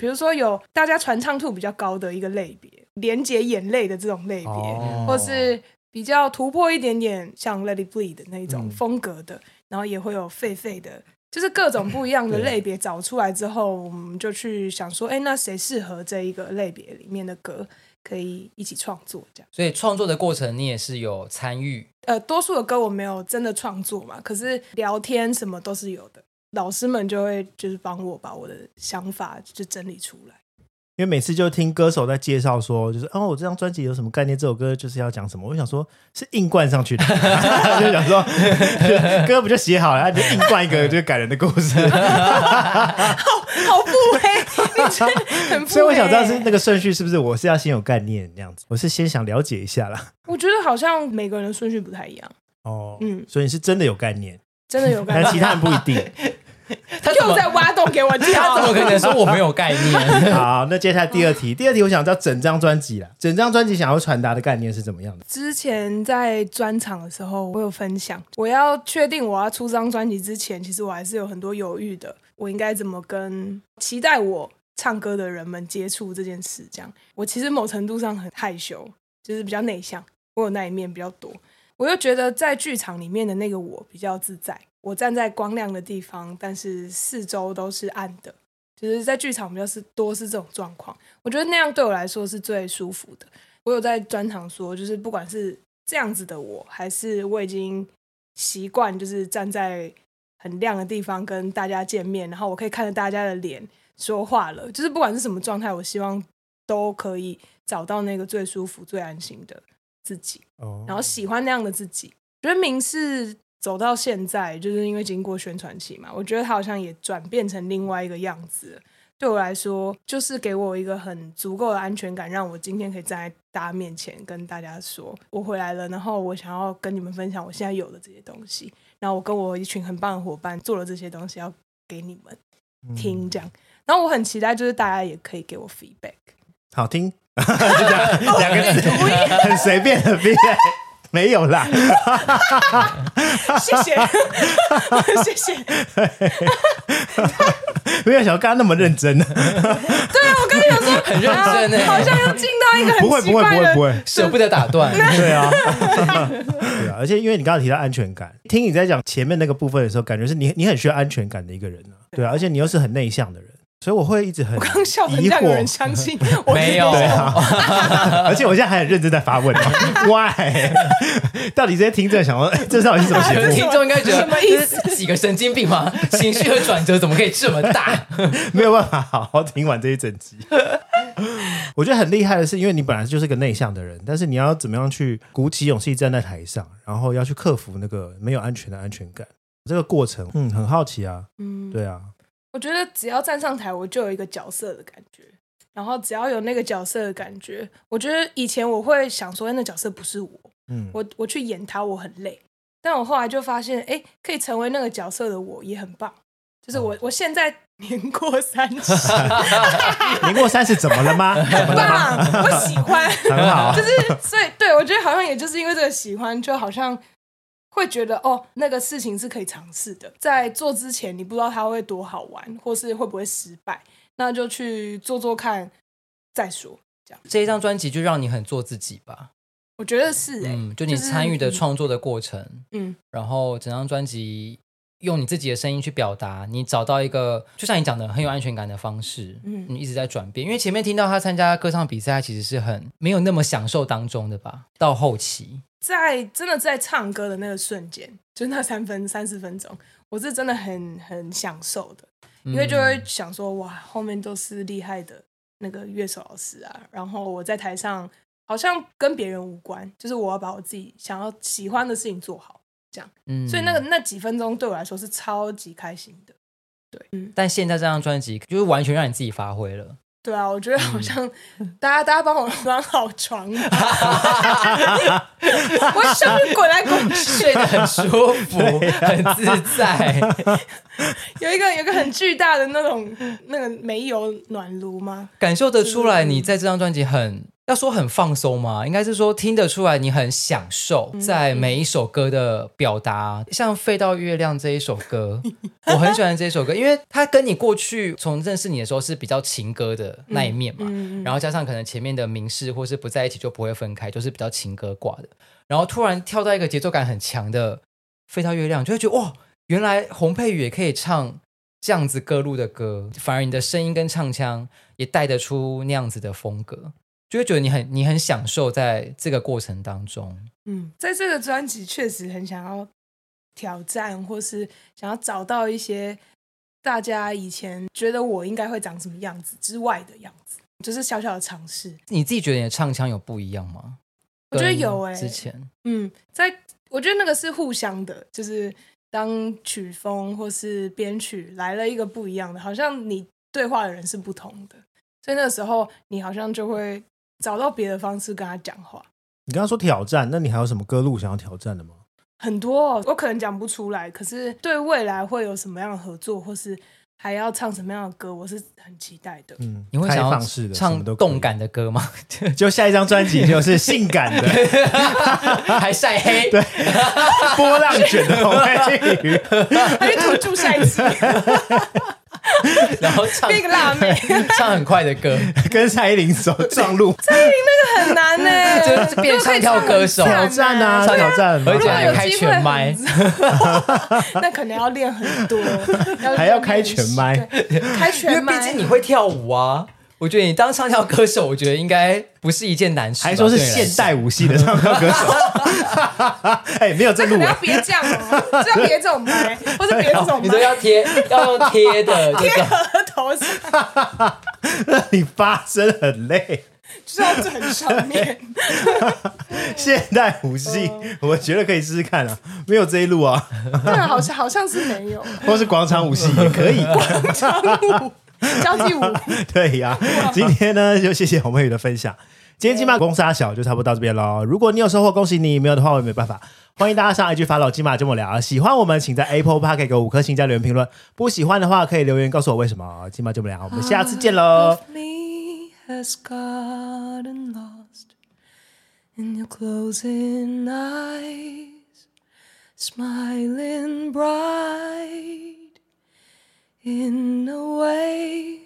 Speaker 3: 比如说有大家传唱度比较高的一个类别，连接眼泪的这种类别，
Speaker 1: 哦
Speaker 3: 或是比较突破一点点，像 Let It Bleed 的那一种
Speaker 1: 嗯
Speaker 3: 风格的，然后也会有狒狒的，就是各种不一样的
Speaker 1: 对
Speaker 3: 类别找出来之后，我们就去想说，哎，那谁适合这一个类别里面的歌，可以一起创作这样。
Speaker 2: 所以创作的过程你也是有参 与，
Speaker 3: 呃，多数的歌我没有真的创作嘛，可是聊天什么都是有的。老师们就会就是帮我把我的想法就整理出来，
Speaker 1: 因为每次就听歌手在介绍说，就是哦，我这张专辑有什么概念，这首歌就是要讲什么。我就想说，是硬灌上 去的，就想 说歌不就写好了，啊你就硬灌一个就是感人的故 事。
Speaker 3: 好不为，你真的很不为。
Speaker 1: 所以我想知道是那个顺序是不是我是要先有概念这样子，我是先想了解一下啦。
Speaker 3: 我觉得好像每个人的顺序不太一样，
Speaker 1: 哦，嗯
Speaker 3: 嗯，
Speaker 1: 所以你是真的有概念，
Speaker 3: 真的有感
Speaker 1: 但
Speaker 3: 觉。
Speaker 1: 其他人不一 定。
Speaker 2: 他怎
Speaker 3: 又
Speaker 2: 么
Speaker 3: 在挖洞给我
Speaker 2: 他
Speaker 3: 跳，
Speaker 2: 怎么可能说我没有概 念？
Speaker 1: 好，那接下来第二题，第二题我想知道整张专辑啦，整张专辑想要传达的概念是怎么样的？
Speaker 3: 之前在专场的时候，我有分享，我要确定我要出张专辑之前，其实我还是有很多犹豫的，我应该怎么跟期待我唱歌的人们接触这件事。这样，我其实某程度上很害羞，就是比较内向，我有那一面比较多。我又觉得在剧场里面的那个我比较自在，我站在光亮的地方，但是四周都是暗的，就是在剧场比较是多是这种状况。我觉得那样对我来说是最舒服的。我有在专场说，就是不管是这样子的我，还是我已经习惯，就是站在很亮的地方跟大家见面，然后我可以看着大家的脸说话了。就是不管是什么状态，我希望都可以找到那个最舒服、最安心的自己。
Speaker 1: 哦
Speaker 3: 然后喜欢那样的自己。觉得明是走到现在，就是因为经过宣传期嘛，我觉得他好像也转变成另外一个样子了。对我来说，就是给我一个很足够的安全感，让我今天可以站在大家面前跟大家说我回来了，然后我想要跟你们分享我现在有的这些东西，然后我跟我一群很棒的伙伴做了这些东西要给你们听，这样。然后我很期待，就是大家也可以给我 feedback。
Speaker 1: 好听， 就这样两个字，很随便，很随便，没有啦。
Speaker 3: 谢 谢，谢谢。
Speaker 1: 没有想到刚刚那么认真呢，
Speaker 3: 对啊，我刚才想说很
Speaker 2: 认真欸
Speaker 3: 好像又进到一个
Speaker 1: 不会
Speaker 3: 很奇
Speaker 1: 不会不
Speaker 3: 怪
Speaker 1: 会
Speaker 3: 的
Speaker 1: 不会，
Speaker 2: 舍不得打断，
Speaker 1: 对 啊，对啊，而且因为你刚刚提到安全感，听你在讲前面那个部分的时候，感觉是你你很需要安全感的一个人啊，对啊，而且你又是很内向的人，所以我会一直很
Speaker 3: 我刚笑成
Speaker 1: 疑
Speaker 3: 这样，有人
Speaker 1: 惑，
Speaker 3: 相信我
Speaker 2: 没有
Speaker 1: 对啊，而且我现在还很认真在发问啊 ，why？到底这些听众想说哎这到底是什么 节
Speaker 2: 觉得
Speaker 1: 目？
Speaker 2: 听众应该觉得
Speaker 3: 什么意思
Speaker 2: 这是几个神经 病吗？情绪和转折怎么可以这么大？
Speaker 1: 没有办法好好听完这一整集。 我觉得很厉害的是，因为你本来就是个内向的人，但是你要怎么样去鼓起勇气站在台上，然后要去克服那个没有安全的安全感，这个过程，嗯，很好奇啊，
Speaker 3: 嗯，
Speaker 1: 对啊，
Speaker 3: 我觉得只要站上台，我就有一个角色的感觉。然后只要有那个角色的感觉，我觉得以前我会想说，哎那角色不是我，
Speaker 1: 嗯，
Speaker 3: 我我去演他，我很累。但我后来就发现，哎，可以成为那个角色的我也很棒。就是
Speaker 1: 哦
Speaker 3: 我，我现在年过三 十，
Speaker 1: 年过三十怎么了 吗？怎么了吗？
Speaker 3: 棒，我喜欢。
Speaker 1: 很
Speaker 2: 啊
Speaker 1: 好，
Speaker 3: 就是所以，对我觉得好像也就是因为这个喜欢，就好像会觉得哦，那个事情是可以尝试的。在做之前，你不知道它会多好玩，或是会不会失败，那就去做做看再说。
Speaker 2: 这一张专辑就让你很做自己吧，
Speaker 3: 我觉得是哎、
Speaker 2: 嗯，就你参与的
Speaker 3: 是
Speaker 2: 创作的过程，
Speaker 3: 嗯
Speaker 2: 然后整张专辑用你自己的声音去表达，你找到一个就像你讲的很有安全感的方式，嗯
Speaker 3: 嗯，
Speaker 2: 你一直在转变。因为前面听到他参加歌唱比赛，他其实是很没有那么享受当中的吧，到后期，
Speaker 3: 在真的在唱歌的那个瞬间，就那三分三十分钟，我是真的很很享受的。
Speaker 2: 嗯
Speaker 3: 因为就会想说，哇，后面都是厉害的那个乐手老师啊，然后我在台上好像跟别人无关，就是我要把我自己想要喜欢的事情做好，
Speaker 2: 嗯
Speaker 3: 所以那个那几分钟对我来说是超级开心的。对，嗯，
Speaker 2: 但现在这张专辑就是完全让你自己发挥了，
Speaker 3: 对啊，我觉得好 像大家、大家帮我暖好床吧，我想滚来滚去。
Speaker 2: 睡得很舒 服，很自在。
Speaker 3: 有一个有一个很巨大的那种那个煤油暖炉吗？
Speaker 2: 感受得出来，你在这张专辑很要说很放松吗？应该是说听得出来你很享受在每一首歌的表达，像《飞到月亮》这一首歌，我很喜欢这一首歌，因为它跟你过去从认识你的时候是比较情歌的那一面嘛，
Speaker 3: 嗯
Speaker 2: 然后加上可能前面的明示或是不在一起就不会分开，就是比较情歌挂的，然后突然跳到一个节奏感很强的《飞到月亮》，就会觉得哇，原来洪佩瑜也可以唱这样子歌路的歌，反而你的声音跟唱腔也带得出那样子的风格，就会觉得你很你很享受在这个过程当中。
Speaker 3: 嗯，在这个专辑确实很想要挑战，或是想要找到一些大家以前觉得我应该会长什么样子之外的样子，就是小小的尝试。
Speaker 2: 你自己觉得你的唱腔有不一样吗？
Speaker 3: 我觉得
Speaker 2: 跟
Speaker 3: 有欸
Speaker 2: 之前
Speaker 3: 嗯，在我觉得那个是互相的，就是当曲风或是编曲来了一个不一样的，好像你对话的人是不同的，所以那个时候你好像就会找到别的方式跟他讲话。
Speaker 1: 你刚刚说挑战，那你还有什么歌路想要挑战的吗？
Speaker 3: 很多、哦，我可能讲不出来，可是对未来会有什么样的合作，或是还要唱什么样的歌，我是很期待的。
Speaker 1: 嗯，
Speaker 2: 你会
Speaker 1: 开
Speaker 2: 想要
Speaker 1: 放式的什
Speaker 2: 唱
Speaker 1: 么都可以
Speaker 2: 动，感的歌吗？
Speaker 1: 就下一张专辑就是性感 的
Speaker 2: 还晒黑？
Speaker 1: 对波浪卷的红黑鱼，
Speaker 3: 他去土著下一 集，
Speaker 2: 然后唱
Speaker 3: 变一个辣妹，
Speaker 2: 唱很快的歌，
Speaker 1: 跟蔡依林手撞路，
Speaker 3: 很难呢、
Speaker 2: 就是变唱跳歌 手
Speaker 1: 挑战啊，
Speaker 3: 对
Speaker 1: 挑战啊，
Speaker 2: 而且
Speaker 3: 如果
Speaker 2: 还
Speaker 3: 有
Speaker 2: 开
Speaker 3: 机会
Speaker 2: 全麦，
Speaker 3: 那可能要练很 多，
Speaker 1: 还要开全麦
Speaker 3: 对，开
Speaker 2: 因为
Speaker 3: 全麦，
Speaker 2: 毕竟你会跳舞啊。我觉得你当唱跳歌手，我觉得应该不是一件难事吧。
Speaker 1: 还说是
Speaker 2: 对你啊来
Speaker 1: 现代舞系的唱歌歌手， 哎，没有这
Speaker 3: 可
Speaker 1: 路
Speaker 3: 能要
Speaker 1: 啊，
Speaker 3: 别这样哦，就要别这种麦，或者别这种
Speaker 2: 你说
Speaker 3: 麦，
Speaker 2: 要 贴，要用贴的这
Speaker 3: 贴
Speaker 2: 个，
Speaker 3: 额 头上，
Speaker 1: 你发声很累。
Speaker 3: 就是要很上 面。
Speaker 1: 现代舞系，
Speaker 3: 哦
Speaker 1: 我觉得可以试试看啊，没有这一路啊，
Speaker 3: 但好像好像是没有
Speaker 1: 或是广场舞系也可以。
Speaker 3: 跳舞，交际舞，
Speaker 1: 对呀、今天呢就谢谢洪佩宇的分享。今天金马公沙小就差不多到这边喽。如果你有收获，恭喜你；没有的话，我也没办法。欢迎大家上 IG 发老金马这么聊。喜欢我们，请在 Apple Park 给个五颗星加留言评论。不喜欢的话，可以留言告诉我为什么。金马这么聊，我们下次见喽。
Speaker 3: of me has gotten lost in your closing eyes, smiling bright in a way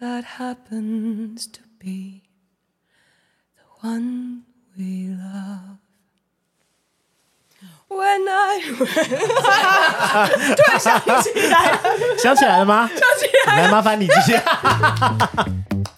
Speaker 3: that happens to be the one we love. When I 突然想起来了，
Speaker 1: 想起来了吗？
Speaker 3: 想起来了。
Speaker 1: 来麻烦你继续。